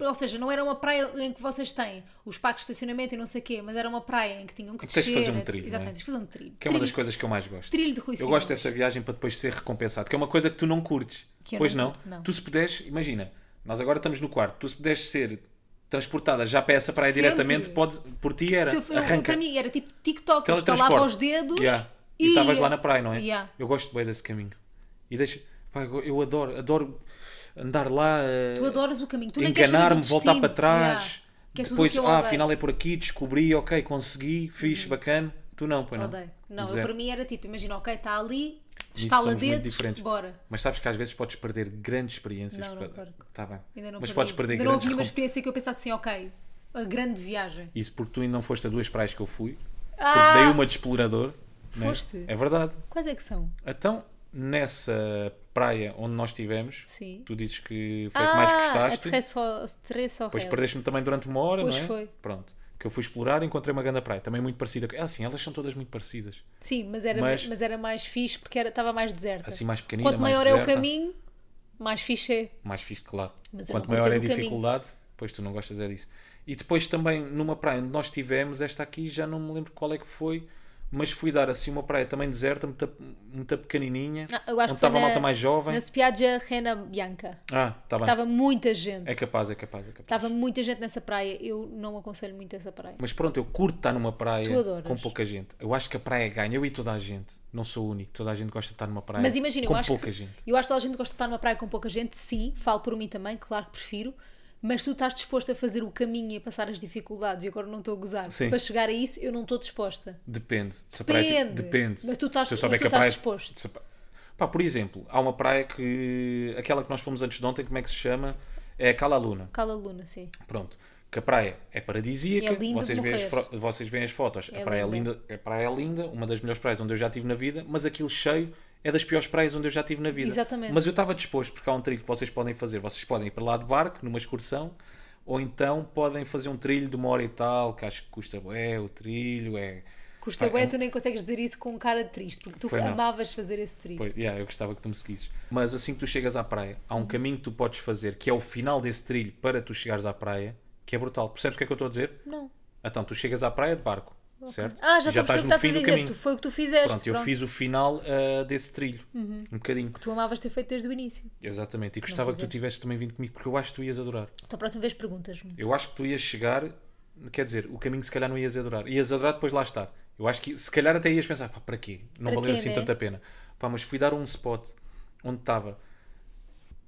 Ou seja, não era uma praia em que vocês têm os parques de estacionamento e não sei o quê, mas era uma praia em que tinham que Tens de descer. fazer um trilho, não é? Exatamente, tens de fazer um trilho. Que é uma das Trilho- coisas que eu mais gosto. Trilho de Rui Eu gosto Simões. dessa viagem para depois ser recompensado, que é uma coisa que tu não curtes. Que eu pois não não, curto, não. Tu se puderes, imagina, nós agora estamos no quarto, tu se puderes ser transportada já para essa praia Sempre. diretamente, podes, por ti era. Se eu- eu- arranca. para mim era tipo TikTok, eu Teletransporte. instalava os dedos Yeah. E estavas lá na praia, não é? Yeah. Eu gosto bem desse caminho. E deixa. Pá, eu- eu adoro, adoro andar lá. eh, Tu adoras o caminho, tu nem queres saber do enganar-me, voltar destino. para trás. Yeah. Que é tudo Depois, o que eu ah, odeio. Uhum. afinal é por aqui, descobri, ok, consegui, fiz, bacana. Tu não, pois não. Odeio. Não, eu, Zero. para mim era tipo, imagina, ok, está ali, Nisso estala somos muito dedos, diferentes. bora. Mas sabes que às vezes podes perder grandes experiências. Não, não por- perco. Tá bem. Ainda não Mas perdi. podes perder Ainda não grandes houve nenhuma recom- experiência que eu pensasse assim, ok, a grande viagem. Isso porque tu ainda não foste a duas praias que eu fui. Ah! Porque dei uma de explorador. né? Foste? É verdade. Quais é que são? Então, nessa praia onde nós estivemos, Sim. Ah, tu dizes que foi É a que mais a gostaste. Terreço Terreço Depois perdeste-me também durante uma hora, É. Pois não é? foi. Pronto. Que eu fui explorar e encontrei uma grande praia. Também muito parecida. com- É assim, elas são todas muito parecidas. Sim, mas era, mas... Mas- era mais fixe porque era- estava mais deserta. Assim, mais pequenina, Quanto mais maior é o deserta. caminho, mais fixe é. mais fixe, claro. Mas eu Quanto não maior é a curto do caminho. dificuldade, pois tu não gostas é disso. E depois também numa praia onde nós tivemos, esta aqui já não me lembro qual é que foi, mas fui dar assim uma praia também deserta, muito, muito pequenininha, Ah, eu acho onde que foi estava a na- malta mais jovem. Na Spiaggia Rena Bianca. Ah, está bem. Estava muita gente. É capaz, é capaz, é capaz. Estava muita gente nessa praia. Eu não aconselho muito essa praia. Mas pronto, eu curto estar numa praia Tu adoras. com pouca gente. Eu acho que a praia é ganha, eu e toda a gente. Não sou o único, toda a gente gosta de estar numa praia Mas imagina, é com eu acho pouca que, gente. Eu acho que toda a gente gosta de estar numa praia com pouca gente, sim, falo por mim também, claro que prefiro, mas tu estás disposto a fazer o caminho e a passar as dificuldades, e agora não estou a gozar, Sim. para chegar a isso eu não estou disposta. Depende. Se a praia ti- Depende. depende. Mas tu estás- Se eu souber mas tu que a estás praia- disposto. se a- Pá, por exemplo, há uma praia que. aquela que nós fomos antes de ontem, como é que se chama? É a Cala Luna. Cala Luna, sim. Pronto. Que a praia é paradisíaca. É lindo de vocês, veem as morrer. fro- vocês veem as fotos. É a, praia é linda. linda, a praia é linda, uma das melhores praias onde eu já estive na vida, mas aquilo cheio é das piores praias onde eu já estive na vida. Exatamente. Mas eu estava disposto, porque há um trilho que vocês podem fazer. Vocês podem ir para lá de barco, numa excursão, ou então podem fazer um trilho de uma hora e tal, que acho que custa. É, o trilho é. Custa Pá, bem, é- tu nem consegues dizer isso com cara de triste, porque tu Foi não. amavas fazer esse trilho. Pois, yeah, eu gostava que tu me seguisses. Mas assim que tu chegas à praia, há um caminho que tu podes fazer, que é o final desse trilho para tu chegares à praia, que é brutal. Percebes o que é que eu estou a dizer? Não. Então, tu chegas à praia de barco, certo? Ah, já, E já estou a estás perceber no o que fim estás a do dizer, caminho. tu, foi o que tu fizeste. pronto, eu pronto. Uhum. fiz o final ah, desse trilho. Um bocadinho. Tu amavas ter feito desde o início. Exatamente. E gostava que tu fizeste. tivesse também vindo comigo, porque eu acho que tu ias adorar. Então a próxima vez perguntas-me. Eu acho que tu ias chegar, quer dizer, o caminho se calhar não ias adorar. Ias adorar depois lá estar. Eu acho que se calhar até ias pensar, pá, para quê? Não Para valeu quê, assim né? tanta pena. Pá, mas fui dar um spot onde estava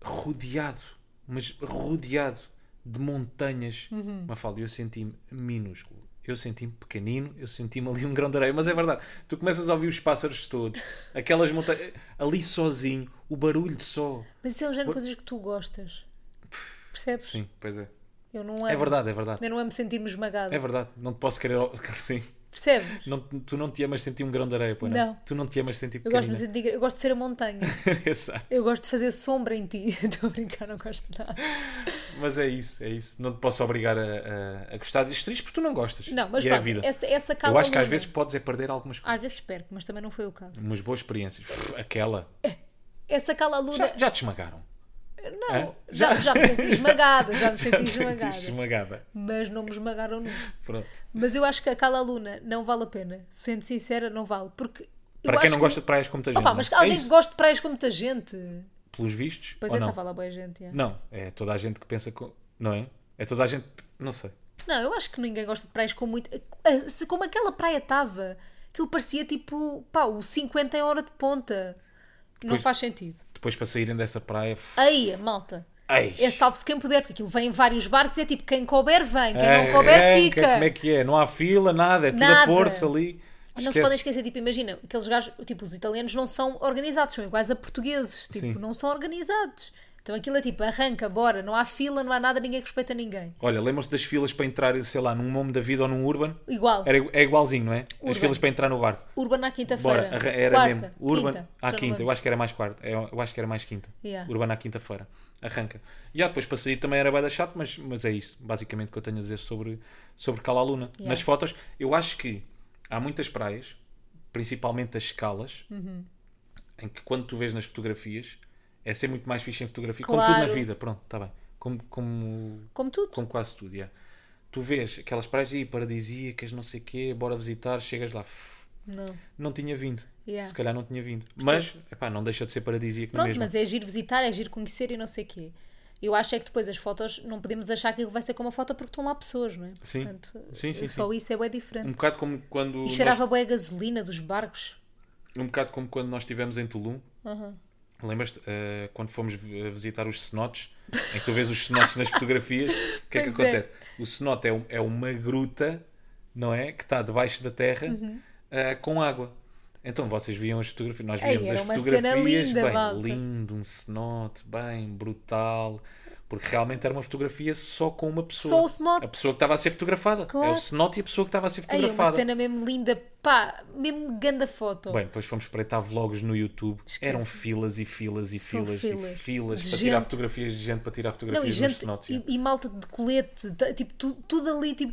rodeado, mas rodeado de montanhas. Uhum. Mafalda, eu senti-me minúsculo. Eu senti-me pequenino, eu senti-me ali um grão de areia, mas é verdade. Tu começas a ouvir os pássaros todos, aquelas montanhas, ali sozinho, o barulho de sol. Mas isso é um género de coisas que tu gostas. Percebes? Sim, pois é. Eu não amo. É verdade, é verdade. Eu não amo sentir-me esmagada. É verdade, não te posso querer. Sim. Percebes? Não- tu não te amas sentir um grão de areia, pô, não? Não. Tu não te amas sentir Eu gosto, de me pequenina. sentir- eu gosto de ser a montanha. Exato. Eu gosto de fazer sombra em ti. Estou a brincar, não gosto de nada. Mas é isso, é isso. Não te posso obrigar a, a- a gostar destes trilhos porque tu não gostas. Não, mas e é a pronto, vida. essa, essa Eu cala acho que às luna. vezes podes é perder algumas coisas. Às vezes perco, mas também não foi o caso. Umas boas experiências. Uf, Aquela. Essa cala luna. Já, já te esmagaram. Não, Hã? já, já me senti esmagada, já me Já senti te sentiste esmagada. esmagada. Mas não me esmagaram nunca. Pronto. Mas eu acho que a cala luna não vale a pena. Sendo sincera, não vale. Porque. eu Para quem acho não que- gosta de praias com muita gente. Opa, não mas é? É alguém que isso. gosta de praias com muita gente. Pelos vistos. Pois ou é, não? estava lá boa gente. é. Não, é toda a gente que pensa. Com... Não é? É toda a gente. Não sei. Não, eu acho que ninguém gosta de praias com muito. Ah, se- Como aquela praia estava, aquilo parecia tipo, pá, o 50 em hora de ponta. Não Pois- faz sentido. Ah, Depois para saírem dessa praia. uf, Aí, malta. Ai, É salve-se quem puder, porque aquilo vem em vários barcos e é tipo quem couber vem, quem é, não couber é, fica. Como é que é? Não há fila, nada, é tudo a Nada. pôr-se ali. Não se Esquece. podem esquecer, tipo, imagina, aqueles gajos, tipo, os italianos não são organizados, são iguais a portugueses, tipo, Sim. não são organizados. Então aquilo é tipo, arranca, bora, não há fila, não há nada, ninguém respeita ninguém. Olha, lembram-se das filas para entrar, sei lá, num Nome da Vida ou num Urban? Igual, Era, é igualzinho, não é? As Urban. filas para entrar no barco. Urban à quinta-feira. Bora, arra- era quarta, mesmo. Urban quinta, já à não quinta, eu lembro. acho que era mais quarta, eu eu acho que era mais quinta. Yeah. Urban à quinta-feira, arranca. E ah, depois para sair também era bada chato, mas, mas é isto, basicamente, que eu tenho a dizer sobre, sobre Cala Luna. Yeah. Nas fotos, eu acho que há muitas praias, principalmente as escalas, Uhum. em que quando tu vês nas fotografias, é ser muito mais fixe em fotografia, como tudo na Claro. vida, pronto, está bem. Como, como Como tudo. como quase tudo, yeah. tu vês aquelas praias e paradisíacas, não sei o quê, bora visitar, chegas lá, fff, Não. não tinha vindo. Yeah. Se calhar não tinha vindo. Mas, epá, não deixa de ser paradisíaco na Pronto, mesma. mas é giro visitar, é giro conhecer e não sei quê. Eu acho é que depois as fotos, não podemos achar que aquilo vai ser como uma foto porque estão lá pessoas, não é? Sim. Portanto, Sim, sim, só isso é bem Um diferente. bocado como quando E nós- cheirava bem a gasolina dos barcos. um bocado como quando nós estivemos em Tulum. Lembras-te eh, quando fomos vi- visitar os cenotes? Em que tu vês os cenotes nas fotografias, o que é que Pois é. acontece? O cenote é, um- é uma gruta, não é? Que está debaixo da terra Uhum. eh, com água. Então vocês viam as fotografias, nós Ei, víamos era as uma fotografias, cena linda, bem malta. lindo, um cenote, bem brutal, porque realmente era uma fotografia só com uma pessoa. Só o cenote. A pessoa que estava a ser fotografada. É Claro. o cenote e a pessoa que estava a ser Aí, é uma fotografada. cena mesmo linda, pá, mesmo ganda foto. Bem, depois fomos espreitar vlogs no YouTube. Esquece. Eram filas e filas e Só filas, e filas. filas De para tirar gente. fotografias de gente para tirar não, e fotografias dos gente, cenotes. e, yeah. e malta de colete, tá- tipo, tu- tudo ali, tipo,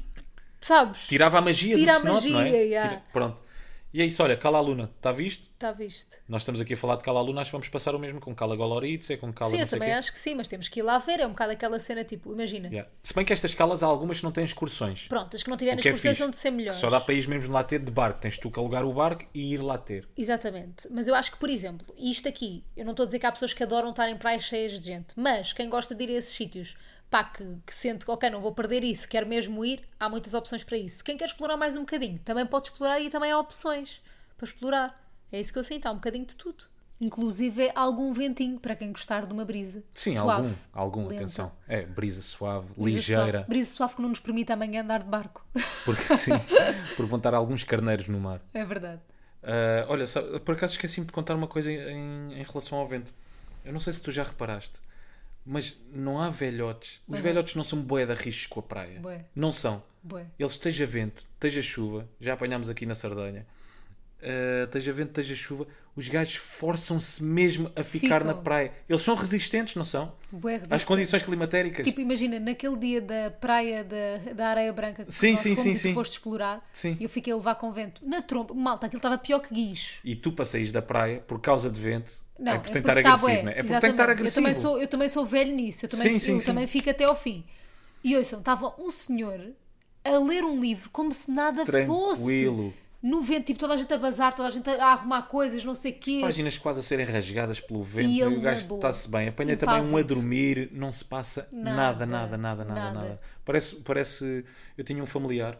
sabes? Tirava a magia Tira do a cenote, não é? magia, yeah. Pronto. E é isso, olha, Cala Luna, está visto? Está Tá visto. Nós estamos aqui a falar de Cala Luna, acho que vamos passar o mesmo com Cala Goloritze, com Cala Sim, não eu sei também quê. acho que sim, mas temos que ir lá ver. É um bocado aquela cena, tipo, imagina. Yeah. Se bem que estas calas há algumas que não têm excursões. Pronto, as que não o tiverem que é excursões fixe, vão de ser que melhores. Só dá para ir mesmo lá ter de barco. Tens tu que alugar o barco e ir lá ter. Exatamente. Mas eu acho que, por exemplo, isto aqui, eu não estou a dizer que há pessoas que adoram estar em praias cheias de gente, mas quem gosta de ir a esses sítios, pá, que, que sente que, ok, não vou perder isso, quero mesmo ir, há muitas opções para isso. Quem quer explorar mais um bocadinho, também pode explorar e também há opções para explorar. É isso que eu sinto, há um bocadinho de tudo. Inclusive é algum ventinho para quem gostar de uma brisa. Sim, suave, algum, algum, lenta. atenção. É, brisa suave, Brisa ligeira. suave. Brisa suave que não nos permite amanhã andar de barco. Porque sim, porque vão estar alguns carneiros no mar. é verdade. Ah, olha, sabe, por acaso esqueci-me de contar uma coisa em, em relação ao vento. Eu não sei se tu já reparaste, mas não há velhotes. Os velhotes não são bué de risco com a praia. Uhum. Bué. Não são. Bué. Eles esteja vento, esteja chuva, já apanhámos aqui na Sardanha. Ah, esteja vento, esteja chuva, os gajos forçam-se mesmo a ficar na Ficam. praia. Eles são resistentes, não são? Bué Às resistente. condições climatéricas. Tipo, imagina, naquele dia da praia da, da Areia Branca que Sim, nós sim, fomos sim, e tu sim. foste explorar Sim. e eu fiquei a levar com vento. Na trompa, malta, aquilo estava pior que guincho. E tu para saís da praia por causa de vento. Não, é por tentar porque tá agressivo, bué. não é? É por Exatamente. tentar agressivo. Eu também sou, eu também sou velho nisso, eu também, Sim, sim, eu sim. também fico até ao fim. E ouçam, estava um senhor a ler um livro como se nada Tranquilo. fosse. No vento, tipo, toda a gente a bazar, toda a gente a arrumar coisas, não sei o quê. Páginas quase a serem rasgadas pelo vento. E E ele o na gajo boa. está-se bem. Apanha E também pá, um a vento. dormir. Não se passa nada, nada, nada, Nada, nada, nada. nada. Parece, parece. Eu tinha um familiar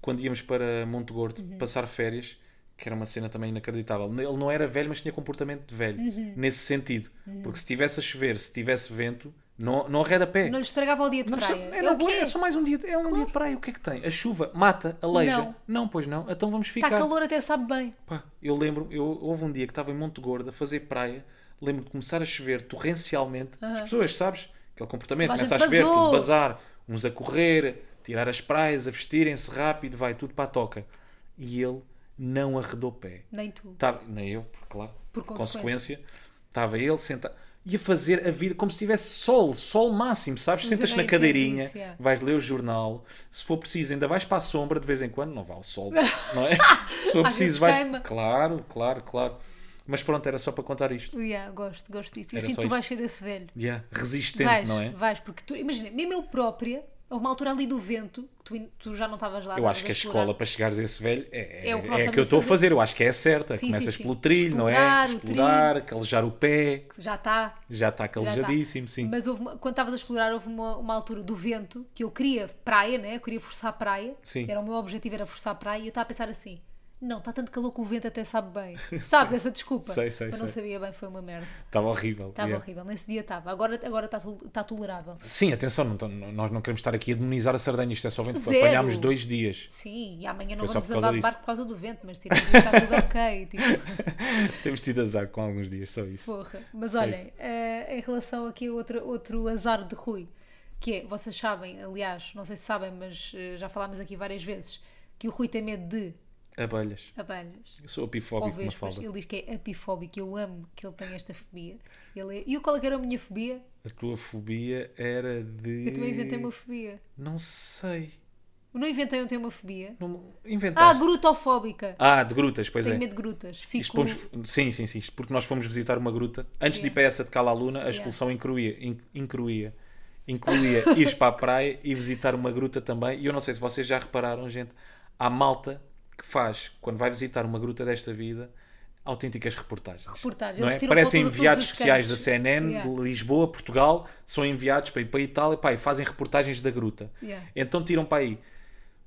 quando íamos para Monte Gordo Uhum. passar férias, que era uma cena também inacreditável. Ele não era velho, mas tinha comportamento de velho. Uhum. Nesse sentido. Porque se estivesse a chover, se tivesse vento, não, não arreda pé. Não lhe estragava o dia de Não, praia. é, É na o boa, quê? é só mais um dia, é um dia de praia. O que é que tem? A chuva mata, aleija. Não, Não. pois não. Então vamos ficar. Está Tá calor, até sabe bem. Pá, eu lembro, eu, houve um dia que estava em Monte Gordo a fazer praia, lembro de começar a chover torrencialmente. As pessoas, sabes? Aquele comportamento, Toda a começa a gente chover, basou. tudo bazar, uns a correr, tirar as praias, a vestirem-se rápido, vai tudo para a toca. E ele não arredou pé. Nem tu. Tá. Tava, Tá, nem eu, porque, claro, Por consequência, estava ele sentado. Ia fazer a vida como se tivesse sol, sol máximo, sabes? Mas Sentas eu na não cadeirinha, entendo isso, yeah. vais ler o jornal, se for preciso, ainda vais para a sombra de vez em quando, não vá ao sol, não é? Se for Às preciso, vezes vais. queima. Claro, claro, claro. Mas pronto, era só para contar isto. Yeah, gosto, gosto disso. Eu Era sinto só que tu isto. vais ser desse velho. Yeah, resistente, vais, não é? Vais, porque tu, imagina, mesmo eu própria, houve uma altura ali do vento, que tu, in- tu já não estavas lá. Eu acho estavas que a explorar. escola para chegares a esse velho é, é, É o que nós é que eu estamos a estou a fazer. fazer, eu acho que é a certa. Sim, sim, Começas sim. pelo trilho, não é? Explorar o Explorar, calejar o pé, Que Já está. já está já está. calejadíssimo, sim. Mas houve uma- quando estavas a explorar, houve uma, uma altura do vento que eu queria praia, né? Eu queria forçar a praia. Sim. Era o meu objetivo, era forçar a praia. E eu estava a pensar assim: Não, está tanto calor que o vento até sabe bem. Sabes essa desculpa? Sei, sei, Mas não sei. sabia bem, foi uma merda. Estava horrível. Estava yeah. horrível. Nesse dia estava. Agora está agora está tol- está tolerável. Sim, atenção, não, tam- nós não queremos estar aqui a demonizar a Sardenha, isto é só vento. Zero. Apanhámos dois dias. Sim, e amanhã não Foi só vamos por causa andar de disso. barco por causa do vento, mas tipo, está tudo ok. Tipo, Temos tido azar com alguns dias, só isso. porra. Mas Sim. olhem, eh, em relação aqui a outro, outro azar de Rui, que é, vocês sabem, aliás, não sei se sabem, mas eh, já falámos aqui várias vezes, que o Rui tem medo de Abelhas. abelhas. Eu sou Ou apifóbico, vespas, Mafalda. ele diz que é apifóbico, eu amo que ele tenha esta fobia. Ele é... E qual é que era a minha fobia? A tua fobia era de. Eu também inventei uma fobia. Não sei. Eu não inventei ontem uma fobia. Não... Ah, Inventaste. grutofóbica. Ah, de grutas, Tá. pois Tenho é. medo de grutas. Isto Fico... fomos- Sim, sim, sim. Isto Porque nós fomos visitar uma gruta. Antes de ir Yeah. para essa de Cala Luna, a expulsão incluía, in- incluía, incluía ir para a praia e visitar uma gruta também. E eu não sei se vocês já repararam, gente, há malta que faz, quando vai visitar uma gruta desta vida, autênticas reportagens. Reportagens. Não Eles é? tiram Parecem foto de todos enviados os especiais da cantos. CNN, de Yeah. Lisboa, Portugal, são enviados para ir para a Itália pá, e fazem reportagens da gruta. Yeah. Então tiram para aí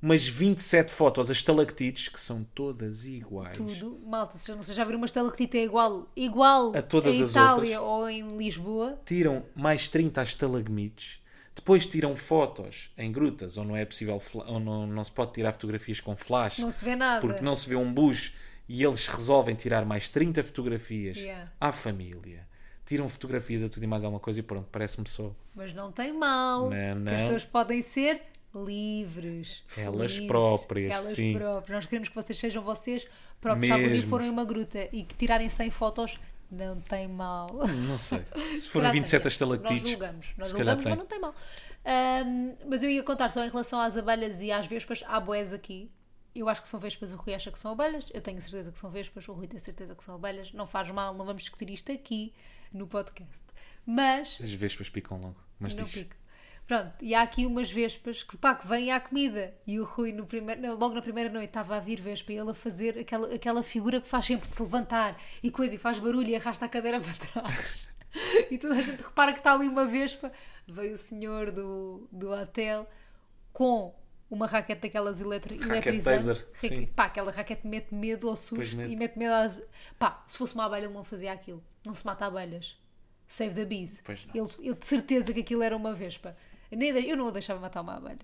umas 27 fotos, as estalactites, que são todas iguais. Tudo. Malta, se já- não sei, já viram uma estalactite é igual, igual A todas em as Itália ou em Lisboa. tiram mais 30 estalagmites, depois tiram fotos em grutas, ou não é possível, fla- ou não, não se pode tirar fotografias com flash, Não se vê nada. porque não se vê um bucho, e eles resolvem tirar mais 30 fotografias Yeah. à família. Tiram fotografias a tudo e mais alguma coisa e pronto, parece-me só. Mas não tem mal. Não, que não. As pessoas podem ser livres. Elas felizes, próprias, Elas sim. próprias. Nós queremos que vocês sejam vocês próprios. Se algum dia Mesmos. forem a uma gruta e que tirarem 100 fotos, não tem mal. Não sei. Se foram calhar 27 tem. Nós estalactites, julgamos, nós se calhar julgamos, tem. mas não tem mal. Ahm, mas eu ia contar só em relação às abelhas e às vespas, há boés aqui. Eu acho que são vespas, o Rui acha que são abelhas, eu tenho certeza que são vespas, o Rui tem certeza que são abelhas, não faz mal, não vamos discutir isto aqui no podcast. Mas as vespas picam logo. Mas não diz. pico. Pronto, e há aqui umas vespas que, pá, que vêm à comida. E o Rui, no primeiro, não, logo na primeira noite, estava a vir vespa e ele a fazer aquela, aquela figura que faz sempre de se levantar e coisa, e faz barulho e arrasta a cadeira para trás. e toda a gente repara que está ali uma vespa. Veio o senhor do, do hotel com uma raquete daquelas eletri Raquete eletrizantes. taser, Raque- sim. Pá, aquela raquete mete medo ao susto mete. e mete medo às. Pá, se fosse uma abelha, ele não fazia aquilo. Não se mata abelhas. Save the bees. Pois não. Ele, ele de certeza que aquilo era uma vespa. Nem de- eu não o deixava matar uma abelha.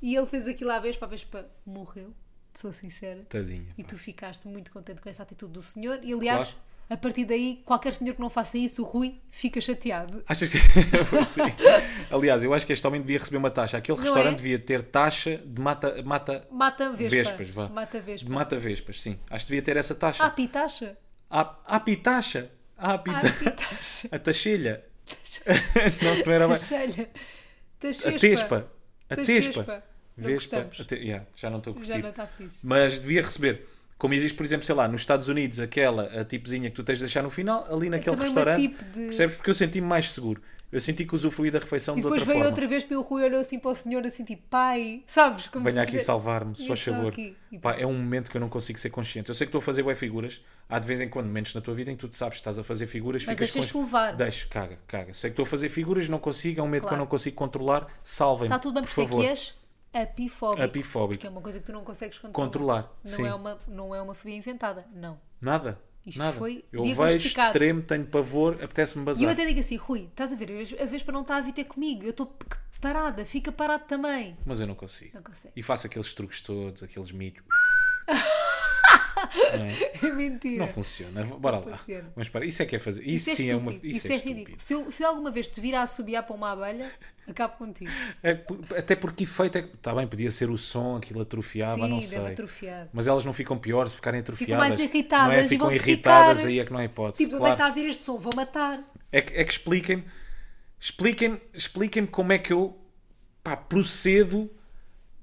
E ele fez aquilo à vespa, a vespa morreu, sou sincera. Tadinha. E pá. tu ficaste muito contente com essa atitude do senhor. E aliás, Claro. a partir daí, qualquer senhor que não faça isso, o Rui fica chateado. Achas que. Pois sim. Aliás, eu acho que este homem devia receber uma taxa. Aquele Não restaurante é? devia ter taxa de mata, mata Mata a vespa. Vespas, vá. Mata a vespa. Tipo, Mata vespas, sim. Acho que devia ter essa Ah, taxa. pitacha? Há há pitacha. Há Ah, pita... pitacha. A taxilha. não, não era Tá bem. Tachelha. Tá A tespa. A tespa. Tachespa. Tá Não Vespa. gostamos. a te- yeah, já não estou a Já curtir. não está fixe. Mas devia receber. Como existe, por exemplo, sei lá, nos Estados Unidos, aquela a tipozinha que tu tens de deixar no final, ali naquele É também uma restaurante. tipo de- Percebes? Porque eu senti-me mais seguro. Eu senti que usufruí da refeição E de depois outra veio forma. outra vez pelo Rui, olhou assim para o senhor, assim tipo, pai, sabes? Como Venha aqui fazer- salvar-me, só Estou favor. aqui. E Pá, é um momento que eu não consigo ser consciente. Eu sei que estou a fazer bué figuras. Há de vez em quando momentos na tua vida em que tu te sabes que estás a fazer figuras. Mas ficas deixas-te consci- levar. Deixo, caga, caga. Sei que estou a fazer figuras, não consigo. É um medo que eu Claro. não consigo controlar. Salvem-me. Está tudo bem por porque favor. aqui és apifóbico. Apifóbico. Que é uma coisa que tu não consegues controlar. Controlar. Não, Sim. É uma, não é uma fobia inventada, não. Nada. Isto Nada. foi eu vejo, diagnosticado. tremo, tenho pavor, apetece-me E eu bazar. até digo assim, Rui, estás a ver, a ves- a Vespa não está a vir ter comigo, eu estou p- parada, fica parado também. Mas eu não consigo. Não consegue. E faço aqueles truques todos, aqueles mitos. É mentira. Não funciona. Bora lá. funciona. Mas para, isso é que é fazer. Isso, sim é uma. estúpido. Isso, é, estúpido. ridículo. Se eu, se eu alguma vez te vir a assobiar para uma abelha, acabo contigo. É, por- até porque efeito é que. Está bem, podia ser o som, aquilo atrofiava, Sim, Ah, não deve sei. atrofiar. Mas elas não ficam piores se ficarem atrofiadas. mais irritadas não é? e Ficam vão-te irritadas, ficar. aí é que não há hipótese. Tipo, onde é que claro. está a vir este som? Vou matar. é, que, é que expliquem-me. Expliquem-me expliquem como é que eu pá, procedo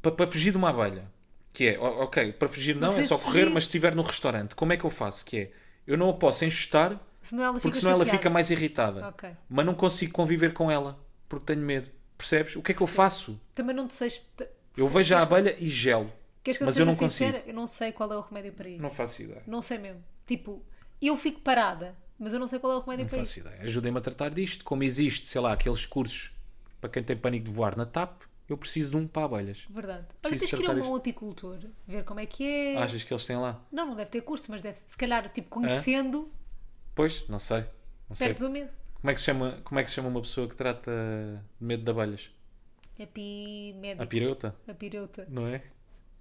para, para fugir de uma abelha. Que é, o- ok, para fugir não, é preciso só correr, fugir. mas se estiver no restaurante, como é que eu faço? Que é, eu não a posso enxutar Senão ela porque fica senão ela chateada. fica mais irritada. Ok. Mas não consigo conviver com ela porque tenho medo. Percebes? O que é que eu faço? Também não te sei. te- Eu vejo a Queres que- abelha e gelo. Queres que eu mas te eu seja não consigo. sincera? Eu não sei qual é o remédio para isso. Não faço ideia. Não sei mesmo. Tipo, eu fico parada, mas eu não sei qual é o remédio Não para faço ideia. Ajudem-me a tratar disto. Como existe, sei lá, aqueles cursos para quem tem pânico de voar na TAP, Eu preciso de um para abelhas. Verdade. Olha, Preciso tens que ir a tratar um isto. Ah, apicultor, ver como é que é. Achas que eles têm lá? Não, não deve ter curso, mas deve se calhar, tipo, conhecendo, Pois, não sei. Não sei. perdes o medo. Como é, que se chama, como é que se chama uma pessoa que trata de medo de abelhas? É A Apimédico. pireuta, Apireuta. não é?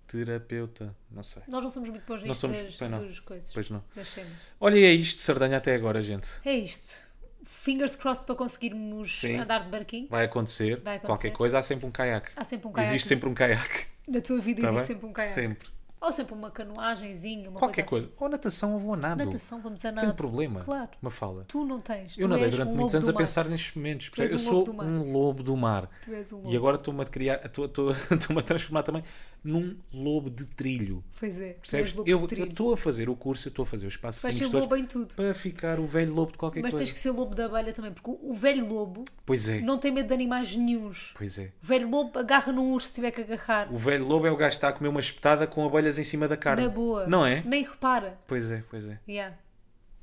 Terapeuta, não sei. Nós não somos muito bons Não nisto somos- das, pois não. das coisas, Pois não. das cenas. Olha, e é isto de Sardanha até agora, gente. É isto. Fingers crossed para conseguirmos Sim. andar de barquinho. Vai acontecer, Vai acontecer. qualquer coisa, há sempre um caiaque. Há sempre um caiaque. Existe sempre um caiaque. Na tua vida tá existe bem? sempre um caiaque. Sempre. Ou sempre uma canoagenzinha, uma Qualquer coisa. coisa. Ou natação ou vou a nado. assim. Natação, vamos a Não nada. tenho problema. Claro. Uma fala. Tu não tens. Eu tu nadei és durante um muitos lobo anos do a mar. pensar nestes momentos. és eu um sou lobo do mar. um lobo do mar. Tu és um lobo. E agora estou-me a criar, estou- estou- estou-me a transformar também num lobo de trilho. Pois é. Percebes? Tu és lobo Eu de eu trilho. estou a fazer o curso, eu estou a fazer os passos Vais ser lobo em tudo. para ficar o velho lobo de qualquer Mas coisa. tens que ser lobo da abelha também, porque o o velho lobo Pois é, não tem medo de animais nenhuns. pois é. O velho lobo agarra num urso se tiver que agarrar. O velho lobo é o gajo que está a comer uma espetada com abelhas em cima da carne. Na boa. Não é? Nem repara. Pois é, pois é. Yeah.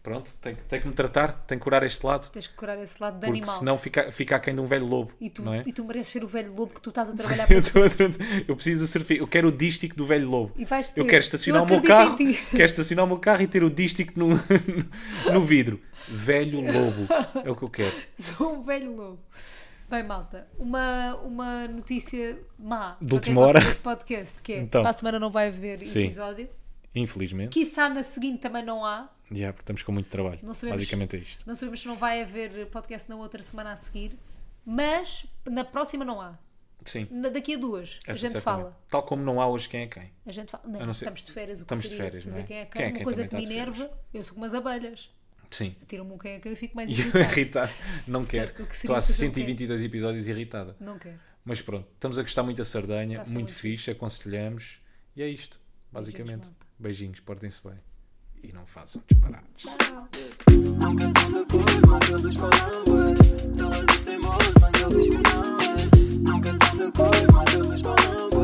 Pronto, tem, que- tem que me tratar, tem que curar este lado, Tens que curar esse lado de porque animal. senão fica, fica aquém de um velho lobo. E, tu, não é? e tu mereces ser o velho lobo que tu estás a trabalhar Eu, para estou a tratar- eu preciso do certificado, eu quero o dístico do velho lobo. E vais ter. Eu quero estacionar Eu o meu acredito carro, em ti. quero estacionar o meu carro e ter o dístico no, no vidro. Velho lobo, é o que eu quero. Sou um velho lobo. Bem, malta, uma, uma notícia má. para quem última gosta hora. Deste podcast, que é, Então. para a semana não vai haver Sim. episódio. Infelizmente. Quiçá na seguinte também não há. Yeah, porque estamos com muito trabalho. Não sabemos- Basicamente é isto. Não sabemos se não vai haver podcast na outra semana a seguir. Mas na próxima não há. Sim. Na- daqui a duas a essa gente certamente. fala. Tal como não há hoje quem é quem. A gente fala. Não, A não ser- estamos de férias, o que Estamos de seria férias, fazer não é? quem é quem? Quem é uma quem coisa que me também está de enerva, eu sou como as abelhas. Sim. Tiram-me um quem é quem, eu fico mais irritada. irritada. Não quero. Portanto, o que seria Estou há fazer o quê? 122 episódios irritada. não quero. Mas pronto, estamos a gostar muito da Sardanha, Está a ser muito muito fixe, aconselhamos. E é isto, basicamente. malta. Beijinhos, portem-se bem. E não façam disparates. Tchau. Não cantando cor, mas eles falam bué. Eles têm voz, mas eles que não é. Não cantando cor, mas eles falam bué.